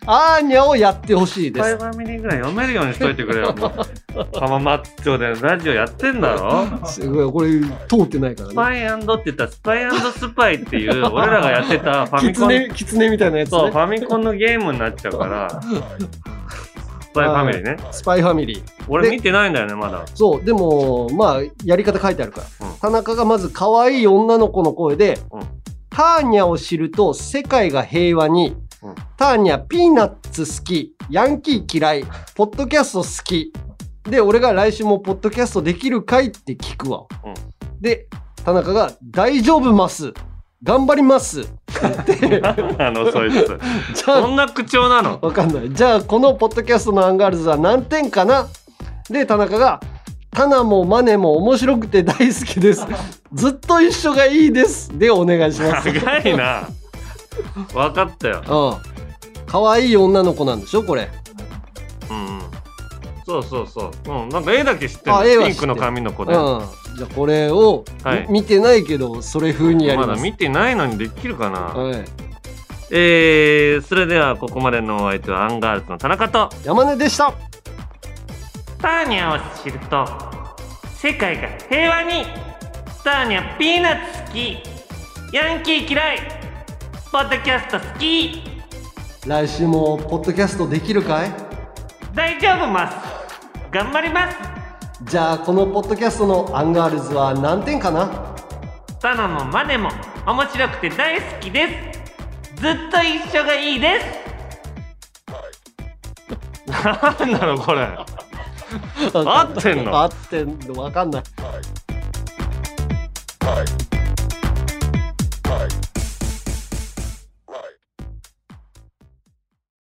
アーニャをやってほしい
ス
で
パイ
す
フ。ァミリーぐらい読めるようにしといてくれよ、もう。浜松町でラジオやってんだろ
すごい、これ通ってないから
ス
ね。
パイって言ったら、スパイスパイっていう、俺らがやってたファ
キ
ミコ
ツ
ン、
ネ、キツネみたいなやつ、
そう、
ね
フ。ァミコンのゲームになっちゃうから、スパイファミリーね。
スパイファミリー。
俺見てないんだよね、まだ。
そう、でも、まあ、やり方書いてあるから。
うん
田中がまず、可愛い女の子の声で、
うん
ターニャを知ると世界が平和に、
うん
ターニャ、ピーナッツ好き、ヤンキー嫌い、ポッドキャスト好き。で、俺が来週もポッドキャストできるかいって聞くわ。
うん
で、田中が、大丈夫ます。頑張ります。って言って、
*laughs* あの、そいつ。
じゃあ
そんな口調なの
わかんない。じゃあ、このポッドキャストのアンガールズは何点かなで、田中が、タナもマネも面白くて大好きです。
*laughs*
ずっと一緒がいいです。で、お願いします。うん。
長いな。わかったよ。
可愛い女の子なんでしょこれ。
うんうん。そうそうそう。うん、なんか絵だけ知って
あ絵
る
は知
ピ
ってる
ンクの髪の
う
子
ん。
で。
じゃあ、これを、
はい
み見てないけど、それ風にやり
ま
ま
だ
す。
見てないのにできるかな、
はい。
えー、それではここまでのお相手はアンガールズの田中と
山根でした。
ターニャを知ると世界が平和にターニャピーナッツ好きヤンキー嫌いポッドキャスト好き
来週もポッドキャストできるかい
大丈夫ます頑張ります
じゃあ、このポッドキャストのアンガールズは何点かな
タナもマネも面白くて大好きですずっと一緒がいいですなんだろうこれ *laughs* 合ってんの
合ってんのわかんない。
はい